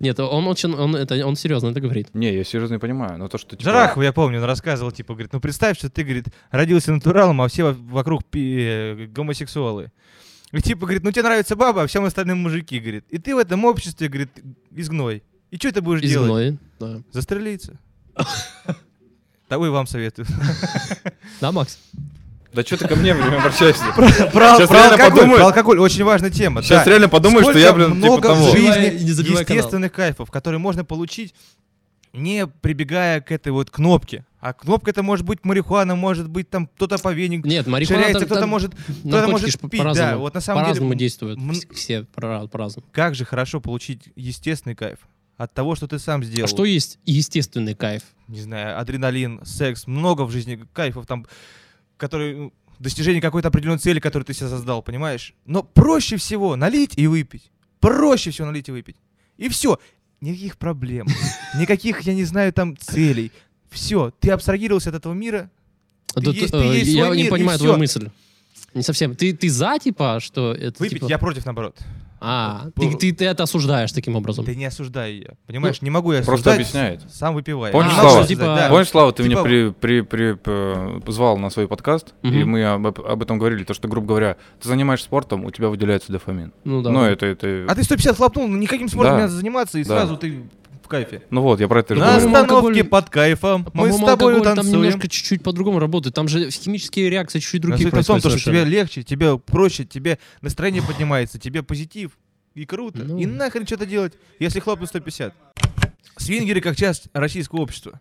S2: Нет, он очень, он это, он серьезно это говорит.
S4: Не, я серьезно не понимаю, но то, что... типа,
S3: Жарахов, я помню, он рассказывал, типа, говорит, ну представь, что ты, говорит, родился натуралом, а все во- вокруг пи- э, гомосексуалы. И типа, говорит, ну тебе нравится баба, а всем остальным мужики, говорит. И ты в этом обществе, говорит, изгной. И что ты будешь делать?
S2: Изгной. Да.
S3: Застрелиться. Того и вам советую.
S2: да, Макс?
S4: Да что ты ко мне время обращаешься?
S3: Про,
S4: Сейчас реально
S3: алкоголь,
S4: подумают.
S3: про алкоголь очень важная тема.
S4: Сейчас
S3: да.
S4: реально подумаешь, что я,
S3: Сколько
S4: блин, типа
S3: много в
S4: того.
S2: Забивай,
S3: жизни
S2: не забивай канал.
S3: естественных кайфов, которые можно получить, не прибегая к этой вот кнопке. А кнопка это может быть марихуана, может быть там кто-то повеник
S2: Нет, марихуана...
S3: ширяется,
S2: там-
S3: кто-то
S2: там
S3: может, кто-то
S2: наркотики
S3: может
S2: ж
S3: пить.
S2: по-разному,
S3: да, вот на самом
S2: по-разному
S3: деле,
S2: действуют.
S3: м-
S2: Все по- по-разному. А
S3: как же хорошо получить естественный кайф. от того, что ты сам сделал.
S2: А что есть естественный кайф?
S3: Не знаю, адреналин, секс, много в жизни кайфов там, которые ну, достижение какой-то определенной цели, которую ты себе создал, понимаешь? Но проще всего налить и выпить. Проще всего налить и выпить. И все. Никаких проблем. Никаких, я не знаю, там целей. Все. Ты абстрагировался от этого мира. Ты
S2: Тут,
S3: есть- ты
S2: э,
S3: есть
S2: я
S3: свой
S2: не
S3: мир, и
S2: понимаю
S3: всё.
S2: твою мысль. Не совсем. Ты, ты за, типа, что это...
S3: Выпить
S2: типа-
S3: я против, наоборот.
S2: А,
S3: По-
S2: ты, ты, ты это осуждаешь таким образом.
S3: Да не осуждай ее. Понимаешь, не могу я
S4: Ну, Просто
S3: осуждать,
S4: объясняет.
S3: Сам выпивай.
S4: Помнишь,
S3: Не могу
S4: Слава?
S3: осуждать,
S2: Типа-
S3: да.
S4: Помнишь, Слава, ты меня
S3: Типа-
S4: при, при, при, п- звал на свой подкаст, и
S2: Мгм.
S4: мы об, об этом говорили, то, что, грубо говоря, ты занимаешься спортом, у тебя выделяется дофамин.
S2: Ну да.
S4: Ну, это, это...
S3: А ты 150 хлопнул, ну, никаким спортом
S4: Да.
S3: не надо заниматься, и
S4: Да.
S3: сразу ты в кайфе.
S4: Ну вот, я про это и
S3: На
S4: говорю.
S2: По-моему,
S3: остановке
S2: алкоголь-
S3: под кайфом мы с
S2: По-моему,
S3: тобой
S2: алкоголь
S3: танцуем.
S2: там немножко чуть-чуть по-другому работает. Там же химические реакции чуть-чуть другие
S3: Разлика в том,
S2: происходят
S3: то, что тебе
S2: совершенно.
S3: легче, тебе проще, тебе настроение поднимается, тебе позитив. И круто.
S2: Ну.
S3: И нахрен что-то делать, если хлопнуть 150. Свингеры как часть российского общества.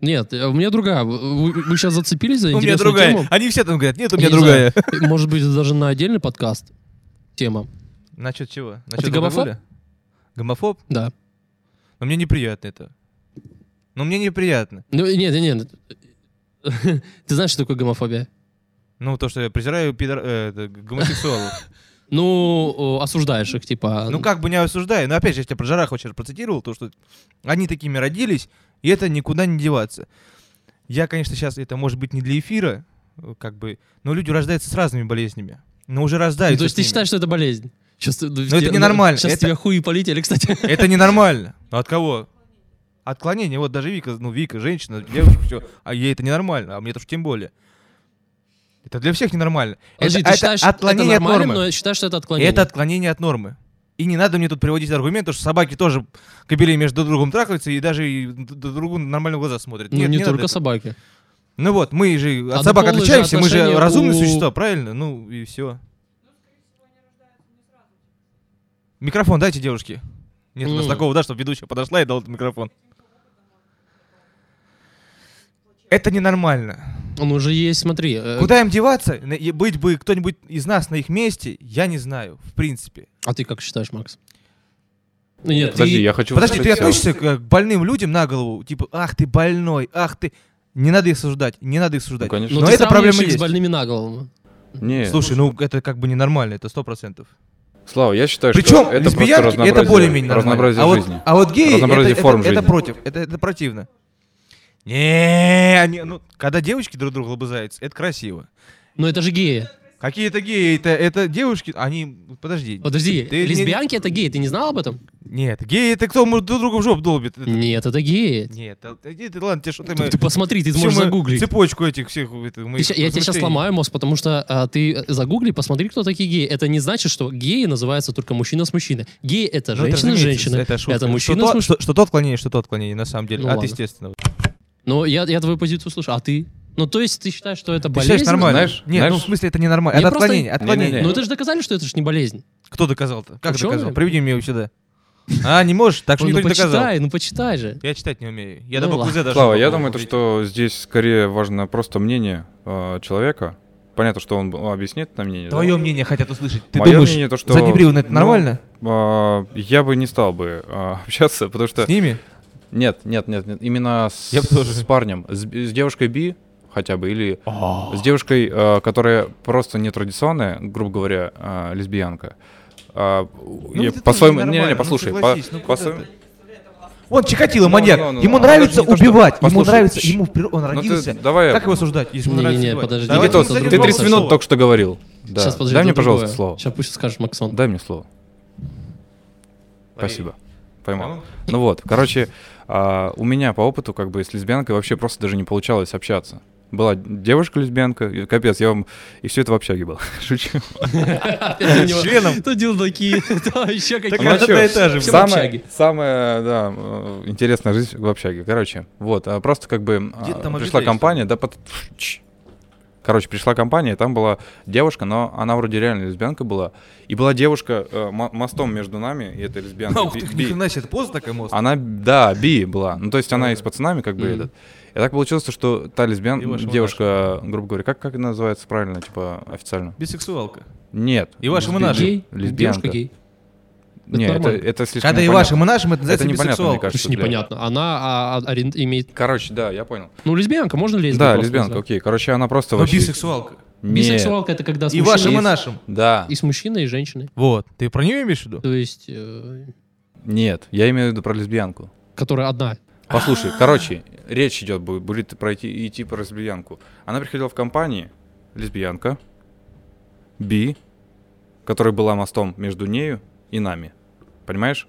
S2: Нет, э, у меня другая. Вы, сейчас зацепились за
S3: у меня
S2: интересную
S3: другая.
S2: тему?
S3: Они все там говорят, нет, у меня
S2: Я не
S3: другая.
S2: знаю, Может быть, даже на отдельный подкаст тема.
S3: Насчет чего?
S2: А ты
S3: Насчет
S2: гомофоб?
S3: алкоголя? Гомофоб?
S2: Да.
S3: Но мне неприятно это. Но мне неприятно.
S2: Ну, нет, нет, нет. Ты знаешь, что такое гомофобия?
S3: Ну, то, что я презираю пидор- э, это, г- гомосексуалов.
S2: Ну, э, осуждаешь их, типа...
S3: Ну, как бы не осуждаю, но опять же, я тебя про Жарахова сейчас процитировал, то, что они такими родились, и это никуда не деваться. Я, конечно, сейчас это может быть не для эфира, э, как бы, но люди рождаются с разными болезнями. Но уже рождаются.
S2: Ну, то есть
S3: с
S2: ты
S3: ними.
S2: считаешь, что это болезнь? Сейчас, ну,
S3: это
S2: тебе-
S3: ненормально,
S2: Сейчас
S3: это-
S2: тебя хуи полетели, кстати.
S3: Это ненормально. Ну, От кого? Отклонение. Вот даже Вика, ну, Вика, женщина, девушка, все. А ей это ненормально, а мне-то уж тем более. Это для всех ненормально.
S2: Подожди,
S3: это,
S2: ты
S3: это
S2: считаешь,
S3: отклонение
S2: это
S3: от
S2: нормальным,
S3: нормы.
S2: но я считаю, что это отклонение.
S3: Это отклонение от нормы. И не надо мне тут приводить аргументы, что собаки тоже кобели между другом трахаются и даже и д- д- другу нормально в глаза смотрят.
S2: Ну,
S3: Нет,
S2: не,
S3: надо
S2: только
S3: это.
S2: собаки.
S3: Ну вот, мы же от
S2: Однополые
S3: собак
S2: же
S3: отличаемся, мы же
S2: отношения
S3: разумные
S2: у-
S3: существа, правильно? Ну и все. Микрофон дайте, девушки. Нет у нас
S2: М.
S3: такого, да, чтобы ведущая подошла и дал этот микрофон. Это ненормально.
S2: Ну, же есть, смотри. э,
S3: Куда им деваться? На- и Быть бы кто-нибудь из нас на их месте, я не знаю, в принципе.
S2: А ты как считаешь, Макс? Ну, Нет,
S4: Подожди,
S2: ты-
S4: я хочу...
S3: Подожди, ты
S4: высказать себя.
S3: относишься к э, к больным людям на голову? Типа, ах ты больной, ах ты... Не надо их суждать, не надо их
S4: Ну,
S3: суждать.
S4: конечно.
S2: Ну,
S3: Но
S2: ты
S3: это
S2: сравниваешь
S3: проблема
S2: их
S3: есть.
S2: с больными на голову.
S4: Не,
S3: Слушай, ну это как бы ненормально, это сто процентов.
S4: Слава, я считаю,
S3: Причем
S4: что это просто
S3: лесбиянки
S4: разнообразие,
S3: это более-менее нормально.
S4: разнообразие
S3: а,
S4: жизни.
S3: Вот, а вот геи это,
S4: Разнообразие
S3: это-
S4: форм
S3: это
S4: жизни.
S3: против, это, это противно. Не, они, ну, когда девочки друг друга лобызаются, это красиво.
S2: Но это же геи.
S3: Какие-то геи, это, это девушки, они, подожди.
S2: Подожди,
S3: Ты не-
S2: лесбиянки это геи, ты не знал об этом?
S3: Нет, геи это кто может друг друга в жопу долбит? Это-
S2: Нет, это геи.
S3: Нет, а- иди ты, ладно, тебе что-то...
S2: Ты, ты посмотри, ты сможешь загуглить.
S3: Цепочку этих всех... это,
S2: Ты
S3: моих
S2: ща- я тебе сейчас
S3: размышлений.
S2: сломаю мозг, потому что а, ты э, загугли, посмотри, кто такие геи. Это не значит, что геи называются только мужчина с мужчиной. Геи это
S3: Ну, это,
S2: женщина с
S3: разумеется,
S2: женщиной.
S3: Это, шутка.
S2: мужчина
S3: что,
S2: с
S3: то,
S2: мужчиной.
S3: что, что то отклонение, что то отклонение, на самом деле.
S2: Ну
S3: от
S2: ладно.
S3: естественного.
S2: Но я, я твою позицию слышу. А ты? Ну, то есть ты считаешь, что это
S3: Ты
S2: болезнь?
S3: считаешь нормально?
S4: Знаешь-
S3: Нет, ну
S4: знаешь-
S3: в смысле это не нормально.
S2: Я
S3: Это
S2: просто-
S3: отклонение, отклонение.
S4: Не-не-не.
S2: Ну, это же доказали, что это же не болезнь.
S3: Кто доказал-то? Как
S2: Ученые?
S3: доказал? Приведи мне его сюда. А, не можешь? Так что
S2: ну,
S3: никто не доказал.
S2: почитай, ну, почитай же.
S3: Я читать не умею. Я
S2: Ну
S3: до буквы
S2: ладно.
S3: Z даже.
S4: Слава,
S3: не
S4: я
S3: могу
S4: думаю, то,
S3: говорить.
S4: что здесь скорее важно просто мнение э, человека. Понятно, что он ну, объяснит это мнение. да?
S3: Твое мнение хотят услышать. Ты
S4: Моё
S3: думаешь,
S4: мнение то, что-
S3: задний привод это
S4: ну,
S3: нормально?
S4: А, я бы не стал бы а, общаться, потому что...
S3: С ними?
S4: Нет, нет, нет, нет. Именно с,
S3: Я бы тоже.
S4: с парнем. С, с девушкой Би хотя бы, или с девушкой, а, которая просто нетрадиционная, грубо говоря, а, лесбиянка. А, я
S3: Ну, это тоже
S4: по-своему...
S3: нормально,
S4: Не-не-не,
S3: ну
S4: послушай. по-
S3: согласись, ну куда
S4: по-своему-
S3: ты? Он Чикатило,
S4: Ну,
S3: маньяк.
S4: ну, ну,
S3: Ему
S4: ну,
S3: нравится
S4: даже не то, что-
S3: убивать. Ему
S4: Послушай,
S3: нравится,
S4: щ-
S3: ему в прир- он
S4: Ну ты
S3: родился.
S4: давай...
S3: Как его осуждать, если ему
S2: Не-не-не,
S3: нравится убивать?
S2: подожди.
S3: Давайте
S4: Никитос,
S3: мы зададим
S4: ты
S2: другого
S4: 30
S3: вопрос.
S4: минут только что говорил. Да.
S2: Сейчас, подожди,
S4: Дай
S2: это
S4: мне, пожалуйста,
S2: другое.
S4: слово.
S2: Сейчас пусть скажешь, Максон.
S4: Дай мне слово.
S3: Лови.
S4: Спасибо. Поймал. Ну вот, короче, а, у меня по опыту как бы с лесбиянкой вообще просто даже не получалось общаться. Была девушка-лесбиянка, и капец, я вам... И все это в общаге было. Шучу.
S2: С
S3: членом.
S2: То делдаки, то еще
S3: Так она
S2: какие-то.
S4: чё,
S3: одна и та же.
S2: Все в
S4: Самая,
S2: общаге.
S4: самая, да, э, интересная жизнь в общаге. Короче, вот, а, просто как бы а,
S3: Где-то там обида
S4: пришла
S3: есть,
S4: компания, да, под... Чш. Короче, пришла компания, и там была девушка, но она вроде реально лесбиянка была. И была девушка э, мо- мостом между нами, и эта лесбиянка.
S3: Ух
S4: би-
S3: ты,
S4: би.
S3: ни хрена себе, это поза такая мост.
S4: Она, да, би была. Ну, то есть она и с пацанами как бы
S2: Мгм.
S4: этот. И так получилось, то, что та лесбиян,
S3: И ваша
S4: девушка, грубо говоря, как, как она называется правильно, типа, официально?
S3: Бисексуалка.
S4: Нет.
S3: И вашему
S4: лесби-
S3: нашему.
S2: Гей?
S4: Лесбиянка.
S2: Девушка гей.
S4: Не, это,
S2: нормально.
S4: это слишком
S3: Когда и
S4: непонятно.
S3: вашим, и нашим, это называется
S4: Это непонятно,
S3: бисексуал.
S4: мне кажется.
S2: Что
S4: для-
S2: непонятно. Она а, а, орен- имеет...
S4: Короче, да, я понял.
S2: Ну, лесбиянка, можно лезть?
S4: Да, лесбиянка, окей. Короче, она просто
S3: Ну,
S4: вообще...
S3: бисексуалка.
S4: Нет.
S2: Бисексуалка — это когда с
S3: И
S2: мужчиной
S3: вашим, и
S2: с-
S3: нашим.
S4: Да.
S2: И с мужчиной, и женщиной.
S3: Вот. Ты про нее имеешь в виду?
S2: То есть, э,
S4: Нет, я имею в виду про лесбиянку.
S2: которая одна.
S4: Послушай, короче, речь идет, бу- будет пройти идти про лесбиянку. Она приходила в компании, лесбиянка, Би, которая была мостом между нею и нами. Понимаешь?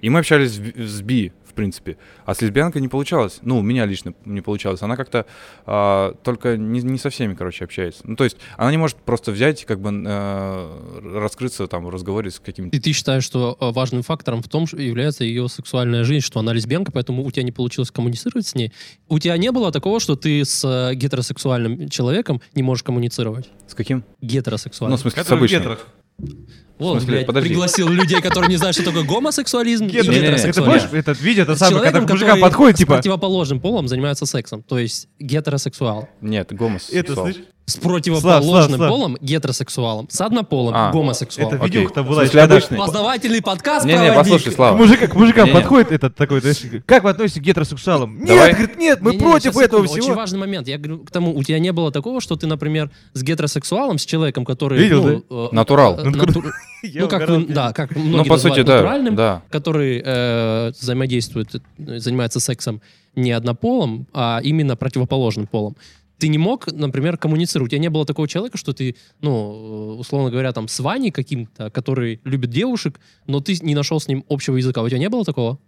S4: И мы общались с Ви- с Би, в принципе. А с лесбиянкой не получалось. Ну, у меня лично не получалось. Она как-то а, только не, не со всеми, короче, общается. Ну, то есть она не может просто взять, и как бы э, раскрыться там в разговоре с каким-то...
S2: И ты считаешь, что э, важным фактором в том, что является ее сексуальная жизнь, что она лесбиянка, поэтому у тебя не получилось коммуницировать с ней. У тебя не было такого, что ты с э, гетеросексуальным человеком не можешь коммуницировать?
S4: С каким? Ну,
S2: Гетеросексуальным.
S4: в смысле, с
S3: Который в
S4: обычным.
S3: гетрах.
S2: вот,
S4: смысле,
S2: блядь,
S4: подожди.
S2: пригласил людей, которые не знают, что такое гомосексуализм и
S3: Гетры.
S4: Не-не-не, это
S3: Это
S2: гетеросексуализм.
S3: помнишь, этот видео, это
S2: С
S3: самое, когда
S2: человеком,
S3: к мужикам
S2: который
S3: подходит,
S2: с
S3: типа...
S2: противоположным полом занимаются сексом, то есть гетеросексуал.
S4: Нет, гомос.
S3: Это, слышь,
S2: С противоположным
S3: Слав, Слав.
S2: полом гетеросексуалом. С однополым
S4: А,
S2: гомосексуалом.
S3: это видюха-то
S4: В
S3: была,
S4: смысле,
S3: когда-
S4: обычный?
S2: Познавательный подкаст
S4: Не-не,
S2: проводи.
S4: послушай,
S3: к
S4: Слава.
S3: мужика- к мужикам
S4: Не-не.
S3: подходит этот такой, знаешь, как вы относитесь к гетеросексуалам? Нет,
S4: Давай.
S3: говорит, нет, мы
S2: Не-не-не,
S3: против
S2: щас,
S3: этого
S2: секунду, Очень
S3: всего.
S2: важный момент. Я говорю к тому, у тебя не было такого, что ты, например, с гетеросексуалом, с человеком, который...
S3: Видел,
S2: ну, э,
S4: Натурал.
S2: э, натур-
S3: Я
S2: Ну, как,
S3: угорал.
S2: вы- да, как многие
S4: Ну, по сути,
S2: называют
S4: да.
S2: натуральным,
S4: да.
S2: который э, взаимодействует, э, занимается сексом не однополым, а именно противоположным полом. Ты не мог, например, коммуницировать. У тебя не было такого человека, что ты, ну, э, условно говоря, там с Ваней каким-то, который любит девушек, но ты не нашел с ним общего языка. У тебя не было такого?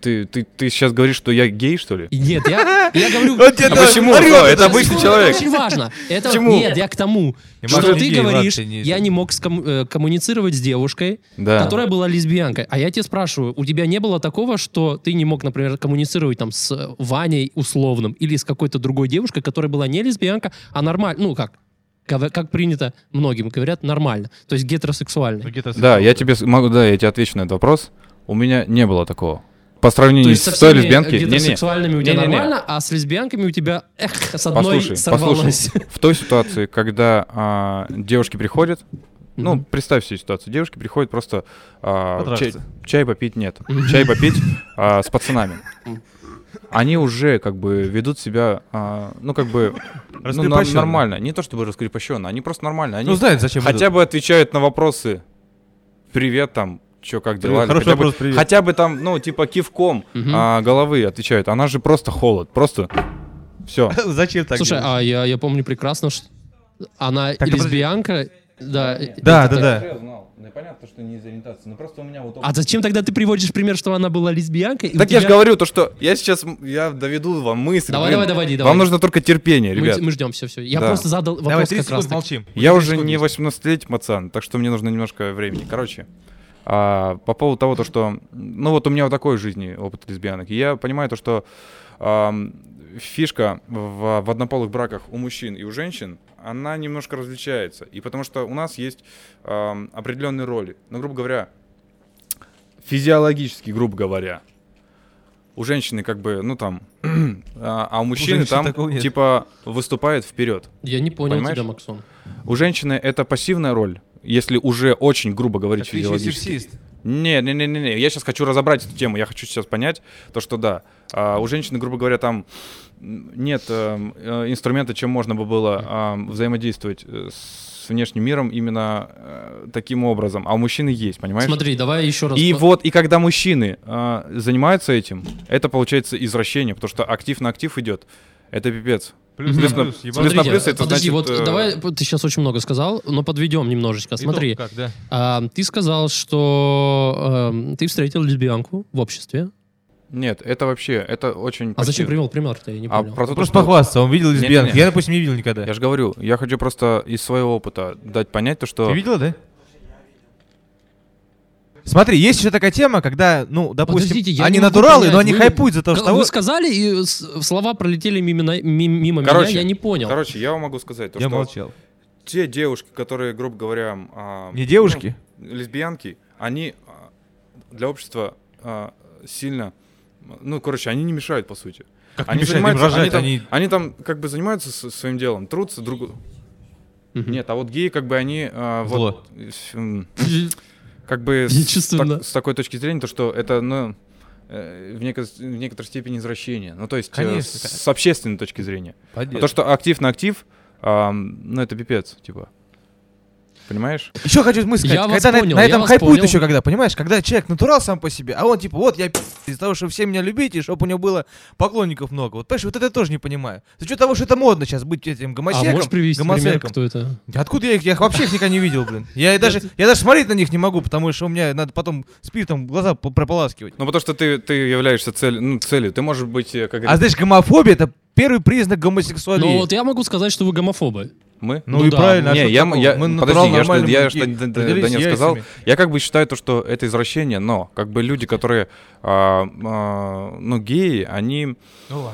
S4: Ты, ты, ты сейчас говоришь, что я гей, что ли?
S2: И Нет, я, я говорю...
S3: Вот тебе
S4: А
S3: да,
S4: почему?
S3: орёт
S4: Слава,
S3: это
S4: это обычный
S2: секунду,
S4: человек.
S2: Это очень важно. Это,
S4: Почему?
S2: Нет, я к тому,
S3: Не
S2: что
S3: может
S2: ты
S3: быть, ладно,
S2: говоришь,
S3: ты не-
S2: я не мог ском- э, коммуницировать с девушкой,
S4: Да.
S2: которая была лесбиянкой. А я тебя спрашиваю, у тебя не было такого, что ты не мог, например, коммуницировать там с э, Ваней условным или с какой-то другой девушкой, которая была не лесбиянка, а нормально, ну как, Ков- как принято многим говорят, нормально, то есть гетеросексуально.
S4: Да, я тебе с- могу, да, я тебе отвечу на этот вопрос. У меня не было такого. По сравнению
S2: То есть со
S4: с той
S2: всеми э,
S4: лесбиянкой, не, не.
S2: гетеросексуальными у тебя
S4: Не-не-не.
S2: нормально, а с лесбиянками у тебя эх, с одной
S4: Послушай,
S2: сорвалось.
S4: послушай. В той ситуации, когда а, девушки приходят, ну,
S2: Мгм.
S4: представь себе ситуацию, девушки приходят просто а, чай,
S3: Потрахаться.
S4: чай попить нет, чай попить а, с пацанами. Они уже как бы ведут себя, а, ну как бы ну, нор-
S3: Раскрепощенно.
S4: нормально, не то чтобы раскрепощенно, они просто нормально, они
S3: Ну, знает, зачем
S4: хотя
S3: идут.
S4: бы отвечают на вопросы. Привет, там, чё, как дела?
S3: Привет, хороший
S4: хотя,
S3: вопрос,
S4: бы,
S3: привет.
S4: хотя бы там, ну, типа кивком а, головы отвечают. Она же просто холод, просто все.
S3: Зачем так
S2: Слушай,
S3: делать?
S2: а я, я помню прекрасно, что она
S3: Так, ты подожди.
S2: лесбиянка, да. и-
S3: Да,
S2: это-
S3: да, да.
S4: Ну, Понятно, что не из ориентации, но просто у меня вот...
S2: А зачем тогда ты приводишь пример, что она была лесбиянкой? и у
S4: так
S2: тебя-
S4: я же говорю, то что я сейчас, м, я доведу вам мысль.
S2: Давай,
S4: блин.
S2: давай, доводи,
S4: Вам
S2: давай.
S4: нужно только терпение,
S2: Мы-
S4: ребят.
S2: Мы, ждем, все, все. Я
S4: Да.
S2: просто задал вопрос
S3: Давай, 30
S2: как раз.
S3: секунд
S2: таки.
S3: молчим.
S4: Я
S3: 30
S4: уже
S3: секунд
S4: не
S3: есть.
S4: 18-летний пацан, так что мне нужно немножко времени. Короче, а, по поводу того, то, что... Ну вот у меня вот такой жизни опыт лесбиянок. И я понимаю то, что ам, фишка в, в однополых браках у мужчин и у женщин, она немножко различается. И потому что у нас есть ам, определенные роли. Ну, грубо говоря, физиологически, грубо говоря, у женщины как бы, ну там, а а у мужчины
S3: женщин
S4: там
S3: такого нет.
S4: типа выступает вперед.
S2: Я не понял
S4: Понимаешь?
S2: тебя, Максон.
S4: У женщины это пассивная роль, если уже очень грубо говорить
S3: Так ты еще и
S4: физиологически.
S3: сексист.
S4: Не, не, не, не, не. Я сейчас хочу разобрать эту тему. Я хочу сейчас понять то, что да. а, у женщины, грубо говоря, там м, нет эм, э, инструмента, чем можно бы было ам, взаимодействовать э, с внешним миром именно э, таким образом. А у мужчины есть, понимаешь?
S2: Смотри, давай еще раз.
S4: И
S2: по-
S4: вот, и когда мужчины а, занимаются этим, это получается извращение, потому что актив на актив идет. Это пипец.
S3: Плюс
S4: Плюс
S3: на
S4: на-
S3: плюс, ебать.
S4: плюс на
S2: Подожди,
S4: плюс это
S2: подожди,
S4: значит,
S2: вот
S4: э,
S2: давай, п- ты сейчас очень много сказал, но подведем немножечко.
S3: Итог
S2: Смотри,
S3: как, да.
S2: а, ты сказал, что эм, ты встретил лесбиянку в обществе.
S4: Нет, это вообще, это очень...
S2: А
S4: пассивно.
S2: зачем привел пример-то? Я не
S4: А
S2: понял.
S4: про то,
S3: Просто
S4: что-
S3: похвастаться, он видел
S4: Не-не-не.
S3: лесбиянку. Я, допустим, не видел никогда.
S4: Я же говорю, я хочу просто из своего опыта дать понять то, что...
S3: Ты видела, да? Смотри, есть еще такая тема, когда, ну, допустим,
S2: Подождите, я
S3: они
S2: не могу
S3: натуралы, но
S2: понять,
S3: они
S2: вы-
S3: хайпуют за то,
S2: Вы
S3: что того-
S2: сказали, и с- слова пролетели мимо, на- ми- мимо
S4: Короче,
S2: меня, я не понял.
S4: Короче, я вам могу сказать, то,
S3: Я
S4: что
S3: молчал.
S4: те девушки, которые, грубо говоря, м, а,
S3: Не девушки?
S4: ну, лесбиянки, они а, для общества а, сильно, ну, короче, они не мешают по сути.
S3: Как
S4: они
S3: не мешает им
S4: занимаются,
S3: рожать,
S4: они,
S3: они-
S4: там, они там как бы занимаются с- своим делом, трутся друг.
S2: Мгм.
S4: Нет, а вот геи как бы они а,
S3: Зло.
S4: вот. э, м, как бы с-
S2: Естественно.
S4: так- с такой точки зрения, то что это, ну, э, в, неко- в некоторой степени извращение. Ну, то есть э,
S3: Конечно,
S4: с,
S3: конечно.
S4: с общественной точки зрения. А
S1: Поддержка.
S4: то, что актив на актив, ам, ну, это пипец, типа. Понимаешь?
S3: Еще хочу мысль
S2: Я
S3: сказать.
S2: вас
S3: когда на-
S2: понял,
S3: на,
S2: я
S3: этом
S2: вас
S3: хайпует
S2: понял.
S3: еще когда, понимаешь? Когда человек натурал сам по себе, а он типа, вот я пи***, из-за того, что все меня любите, и чтобы у него было поклонников много. Вот понимаешь, вот это я тоже не понимаю. За счет того, что это модно сейчас быть этим
S2: А
S3: гомосеком.
S2: можешь привести пример,
S3: гомосеком.
S2: кто это?
S3: Откуда я их? Я их вообще их никогда не видел, блин. Я и даже, я даже смотреть на них не могу, потому что у меня надо потом спиртом глаза по- прополаскивать.
S4: Ну, потому что ты, ты являешься целью, ну, целью. Ты можешь быть, э,
S3: А
S4: как говорит-
S3: знаешь, гомофобия это первый признак гомосексуализма.
S2: Ну вот я могу сказать, что вы гомофобы.
S4: мы.
S3: Ну,
S2: ну
S3: и
S2: да.
S3: правильно. а
S4: Не,
S3: что
S4: я,
S3: такого?
S4: я,
S3: Мы натурал,
S4: подожди, я, что,
S3: нормальные
S4: я
S3: мужики.
S4: что, да, да,
S3: Родились
S4: да нет,
S3: с
S4: сказал.
S3: яйцами.
S4: Я как бы считаю то, что это извращение, но как бы люди, которые, а, а, ну, геи, они,
S3: Ну,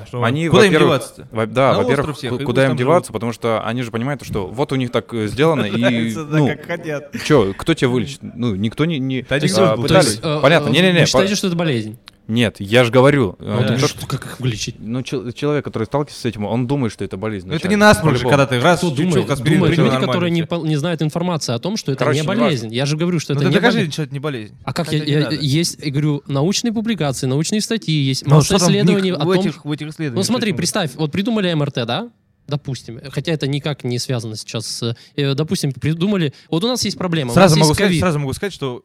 S3: а что?
S4: они,
S3: Куда им
S4: во-первых,
S3: деваться-то?
S4: во- да,
S3: На
S4: во-первых,
S3: остров всех,
S4: ку-
S3: и пусть
S4: куда им
S3: там
S4: деваться, потому что они же понимают, что вот у них так э, сделано, и, ну,
S3: хотят.
S4: чё, кто тебя вылечит? Ну, никто не, не
S3: Да, один
S4: а,
S3: груз был.
S2: То
S4: пытались.
S2: есть, э,
S4: Понятно,
S2: э,
S4: не-не-не,
S2: Вы
S4: по-
S2: считаете, что это болезнь?
S4: нет, я же говорю, э,
S2: Ну,
S4: не
S2: ты
S4: то,
S2: ж-
S4: что-
S2: Как их вылечить?
S4: ну, чел- человек, который сталкивается с этим, он думает, что это болезнь.
S3: Ну это
S4: вначале,
S3: не нас уже,
S4: по-любому.
S3: когда ты раз
S2: Кто
S3: чуть-чуть
S2: думает?
S3: Ну, аспирин
S2: Думают
S3: принял,
S2: люди,
S3: нормально
S2: которые не,
S3: всё.
S2: по- не знают информации о том, что это
S4: Короче,
S2: не
S4: не
S2: болезнь. Я же говорю, что
S3: Ну
S2: это
S3: ты
S2: не
S3: докажи,
S2: болезнь.
S3: что это не болезнь.
S2: А как
S3: Хотя
S2: я,
S3: не
S2: я-
S3: надо.
S2: есть, я говорю, научные публикации, научные статьи, есть
S3: Ну,
S2: масса
S3: что там в них-
S2: исследований о
S3: в
S2: том,
S3: этих, в этих исследованиях?
S2: Ну смотри,
S3: почему?
S2: представь, вот придумали МРТ, да? Допустим, хотя это никак не связано сейчас. с, э, допустим, придумали. Вот у нас есть проблема.
S3: Сразу
S2: у нас
S3: могу,
S2: есть
S3: сказать,
S2: ковид.
S3: сразу могу сказать, что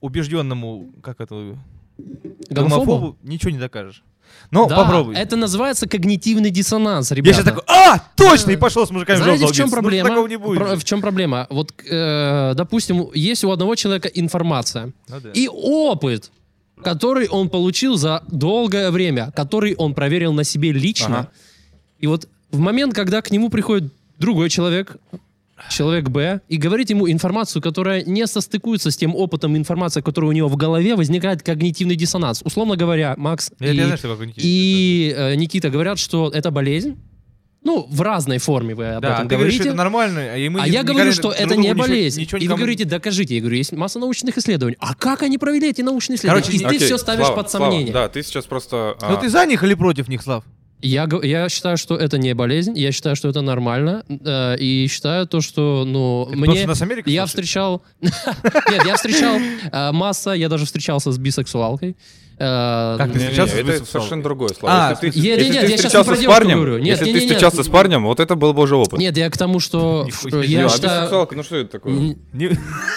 S3: убежденному, как это,
S2: Гомофобу?
S3: гомофобу ничего не докажешь. Но
S2: Да,
S3: попробуй.
S2: Это называется когнитивный диссонанс, ребята.
S3: Я сейчас такой, а, точно, и пошел с мужиками в жопу
S2: Знаете, в чем
S3: долбиться. Ну,
S2: проблема?
S3: такого не будет.
S2: Про- в чем проблема? Вот, э, допустим, есть у одного человека информация
S3: Ну да.
S2: и опыт, который он получил за долгое время, который он проверил на себе лично.
S4: Ага.
S2: И вот в момент, когда к нему приходит другой человек, человек Б, и говорит ему информацию, которая не состыкуется с тем опытом информации, которая у него в голове, возникает когнитивный диссонанс. Условно говоря, Макс
S3: Я,
S2: и
S3: я знаю, что такое когнитивный
S2: и э, Никита говорят, что это болезнь. Ну, в разной форме вы об
S3: Да,
S2: этом
S3: ты говоришь,
S2: говорите.
S3: что это нормально, а и мы
S2: а
S3: не-
S2: я
S3: не
S2: говорю,
S3: говорим
S2: что
S3: друг
S2: это
S3: другу
S2: не
S3: ничего-
S2: болезнь.
S3: ничего
S2: и вы
S3: никому.
S2: говорите, докажите. Я говорю, есть масса научных исследований. А как они провели эти научные исследования?
S3: Короче,
S2: и ты
S4: Окей,
S2: все ставишь
S4: Слава,
S2: под
S4: Слава,
S2: сомнение.
S4: Да, ты сейчас просто... а,
S3: Ну ты за них или против них, Слав?
S2: Я, го- я считаю, что это не болезнь. Я считаю, что это нормально. э, и считаю то, что, ну,
S3: Это потому,
S2: мне...
S3: что нас Америка
S2: Я
S3: слушает?
S2: встречал... Нет, я встречал э, масса... Я даже встречался с бисексуалкой. Э,
S3: Как ты
S4: Не-не-не,
S3: встречался с
S4: это
S3: высоким
S4: совершенно
S3: словом?
S4: другое слово.
S3: А,
S4: Если ты-
S2: я-
S4: если
S2: нет, я щас
S4: ты
S2: не
S4: встречался
S2: про
S4: с
S2: девушку
S4: парнем,
S2: говорю. Нет,
S4: если ты
S2: не-не-не.
S4: встречался с парнем, вот это был бы уже опыт.
S2: Нет, я к тому, что...
S3: Нихуя
S2: я
S4: Всё, а
S2: считаю-
S4: бисексуалка, ну что это такое?
S2: М,
S3: Не-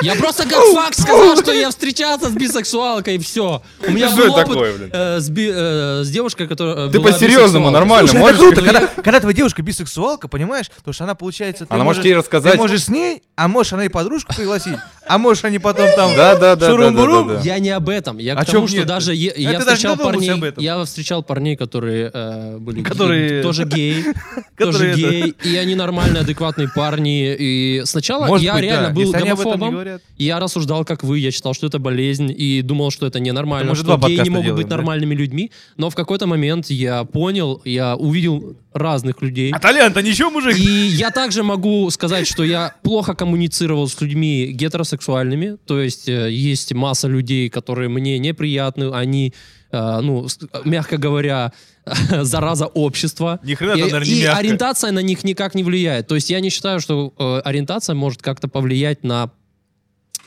S2: Я просто как факт сказал, что я встречался с бисексуалкой, и все. У меня
S4: что
S2: был
S4: это
S2: опыт
S4: такое, блин?
S2: э, с, би- э, с девушкой, которая э,
S4: Ты
S2: была
S4: по-серьезному,
S2: бисексуалкой.
S4: нормально,
S3: Слушай, это
S4: можешь...
S3: круто, когда, когда твоя девушка бисексуалка, понимаешь, потому что она получается... ты
S4: Она может
S3: можешь-
S4: тебе рассказать.
S3: Ты можешь с ней, а можешь она и подружку пригласить, а можешь они потом там...
S4: Да, да, да, да,
S3: шурум-бурум.
S4: да, да, да.
S2: Я не об этом. Я
S3: А
S2: к тому,
S3: чё
S2: что
S3: нет-то?
S2: даже е-
S3: А
S2: я
S3: ты даже не
S2: встречал
S3: задумывался
S2: парней.
S3: об этом.
S2: Я встречал парней, которые э, были
S3: Которые-
S2: геи, тоже геи, тоже
S3: Которые это-
S2: геи, и они нормальные, адекватные парни. И сначала
S3: Может
S2: я
S3: быть,
S2: реально
S3: да,
S2: был
S3: если они об этом не
S2: гомофобом.
S3: говорят.
S2: Я рассуждал, как вы, я считал, что это болезнь и думал, что это
S3: Это
S2: ненормально,
S3: мы же
S2: что
S3: два
S2: геи не
S3: подкаста
S2: могут быть
S3: делаем, да?
S2: нормальными людьми. Но в какой-то момент я понял, я увидел разных людей.
S3: А талант, а ничего, мужик?
S2: И я также могу сказать, что я плохо коммуницировал с людьми гетеросексуальными. То есть э, есть масса людей, которые мне неприятны. Они, э, ну, с- мягко говоря, зараза общества.
S3: Ни хрена
S2: и,
S3: там, наверное, не
S2: и
S3: мягко.
S2: ориентация на них никак не влияет. То есть я не считаю, что э, ориентация может как-то повлиять на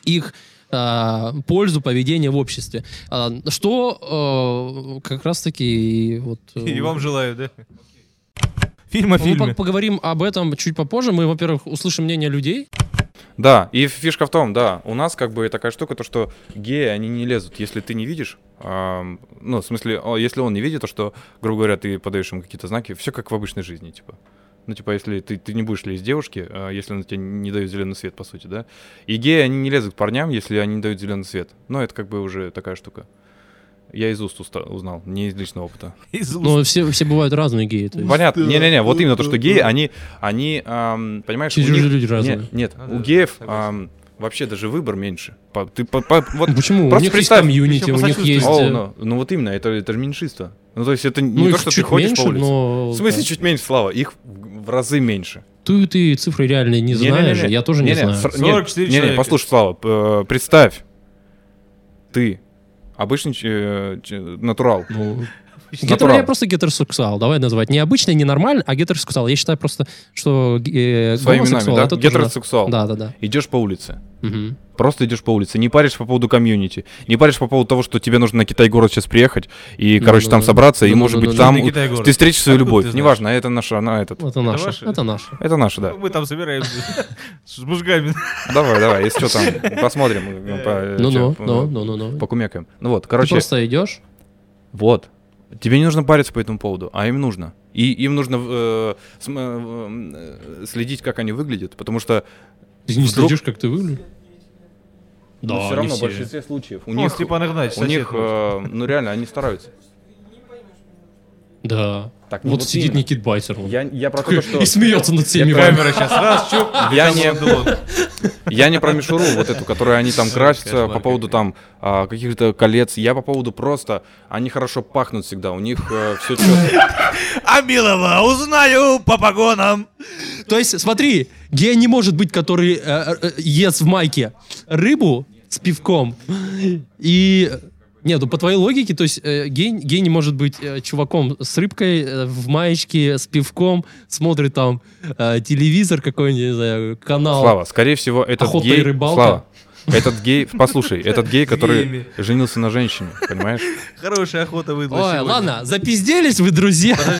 S2: их э, пользу поведения в обществе. А, что э, как раз-таки и вот... э,
S3: И вам желаю, да? Фильм о
S4: Ну,
S2: мы по-
S3: фильме.
S2: поговорим об этом чуть попозже. Мы, во-первых, услышим мнение людей.
S4: Да, и фишка в том, да, у нас как бы такая штука, то что геи, они не лезут, если ты не видишь, ам, ну, в смысле, о, если он не видит, то что, грубо говоря, ты подаешь ему какие-то знаки, все как в обычной жизни, типа. Ну, типа, если ты, ты не будешь лезть девушке, а, если она тебе не дает зеленый свет, по сути, да. И геи, они не лезут к парням, если они не дают зеленый свет. Но это как бы уже такая штука. Я из уст уста- узнал, не из личного опыта.
S3: Из уст.
S4: Ну,
S2: Но Ну, все, все бывают разные геи. то есть.
S4: Понятно. Не-не-не, вот именно то, что геи, они, они, ам, понимаешь, у
S2: Чужие
S4: них-
S2: люди разные.
S4: Не- Нет,
S3: Ну
S4: у
S3: да,
S4: геев
S3: согласен.
S4: ам, вообще даже выбор меньше. По- ты по- по- вот
S2: Почему? у
S4: Просто
S2: них
S4: представь,
S2: есть комьюнити,
S3: ещё
S2: у них есть...
S4: О,
S2: э,
S4: ну, ну вот именно, это, это же меньшинство. Ну то есть это не
S2: ну,
S4: то,
S2: их
S4: что ты
S2: чуть
S4: ходишь
S2: меньше,
S4: по улице.
S2: но...
S4: В смысле
S2: да.
S4: чуть меньше, Слава? Их в в разы меньше.
S2: Ты, ты цифры реальные не
S4: Не-не-не-не.
S2: знаешь, я тоже не,
S4: Не-не,
S2: знаю.
S4: сор- нет,
S3: 44
S4: не-не,
S3: человека.
S4: послушай, Слава, п- э, представь, ты обычный ч- э, ч- натурал,
S2: Ну,
S3: обычно.
S4: Гет-
S2: Гетер, я
S4: Натурал.
S2: просто гетеросексуал, давай называть. Не обычный, не нормальный, а гетеросексуал. Я считаю просто, что э,
S4: Своими
S2: гомосексуал, это
S4: именами, да?
S2: тоже-
S4: Гетеросексуал.
S2: Да, да, да.
S4: Идешь по улице.
S2: Мгм.
S4: Просто идешь по улице, не паришь по поводу комьюнити, не паришь по поводу того, что тебе нужно на Китай город сейчас приехать и,
S2: Ну,
S4: короче,
S2: ну,
S4: там
S2: да.
S4: собраться и,
S2: Ну,
S4: может
S2: ну,
S4: быть,
S2: ну,
S4: там
S3: ну, Никитай город.
S4: ты встретишь свою
S3: Откуда
S4: любовь.
S3: ты
S4: Ну,
S3: знаешь?
S4: Неважно, это наша, она этот.
S2: Это наше.
S3: ваши?
S2: Это наше.
S4: Это наша, да.
S3: Мы там собираемся с мужгами.
S4: Давай, давай, если что там, посмотрим. ну, по-
S2: Ну-ну,
S4: чё,
S2: ну,
S4: э,
S2: ну, ну, ну.
S4: Покумекаем. Ну вот,
S2: Ты
S4: короче,
S2: просто идешь.
S4: вот. Тебе не нужно париться по этому поводу, а им нужно. И им нужно э, см- э, м, э, следить, как они выглядят, потому что
S2: Ты не
S4: Вдруг-
S2: следишь, как ты выглядишь. Да,
S4: все
S2: не
S4: ну, равно в
S2: все. типа,
S4: большинстве случаев у
S3: Ну,
S4: них,
S3: Степан Игнатьевич,
S4: у них,
S3: сосед наш.
S4: э, ну реально, они стараются.
S2: Да.
S4: Так, не
S2: Вот
S4: вот
S2: сидит
S4: сильно.
S2: Никит Байтер. он
S4: Я, я про то,
S2: такой
S4: что...
S2: И смеется над всеми. вами.
S3: Камера сейчас раз, чуп, и
S4: Я
S3: там
S4: не-
S3: Ланделон.
S4: Я не про мишуру, вот эту, которую они там красятся, по поводу там а, каких-то колец. Я по поводу просто, они хорошо пахнут всегда, у них э, все четко.
S3: А милого узнаю по погонам.
S2: То есть, смотри, гей не может быть, который э, э, ест в майке рыбу с пивком. И... Нет, ну по твоей логике, то есть э, гей, гей не может быть э, чуваком с рыбкой э, в маечке, с пивком, смотрит там э, телевизор какой-нибудь, не знаю, канал.
S4: Слава, скорее всего, этот
S2: Охота и
S4: гей...
S2: рыбалка.
S4: Слава, этот гей... Послушай, этот гей, который
S3: Геями.
S4: женился на женщине, понимаешь?
S3: Хорошая охота выдала
S2: Ой,
S3: сегодня.
S2: ладно, запизделись вы, друзья.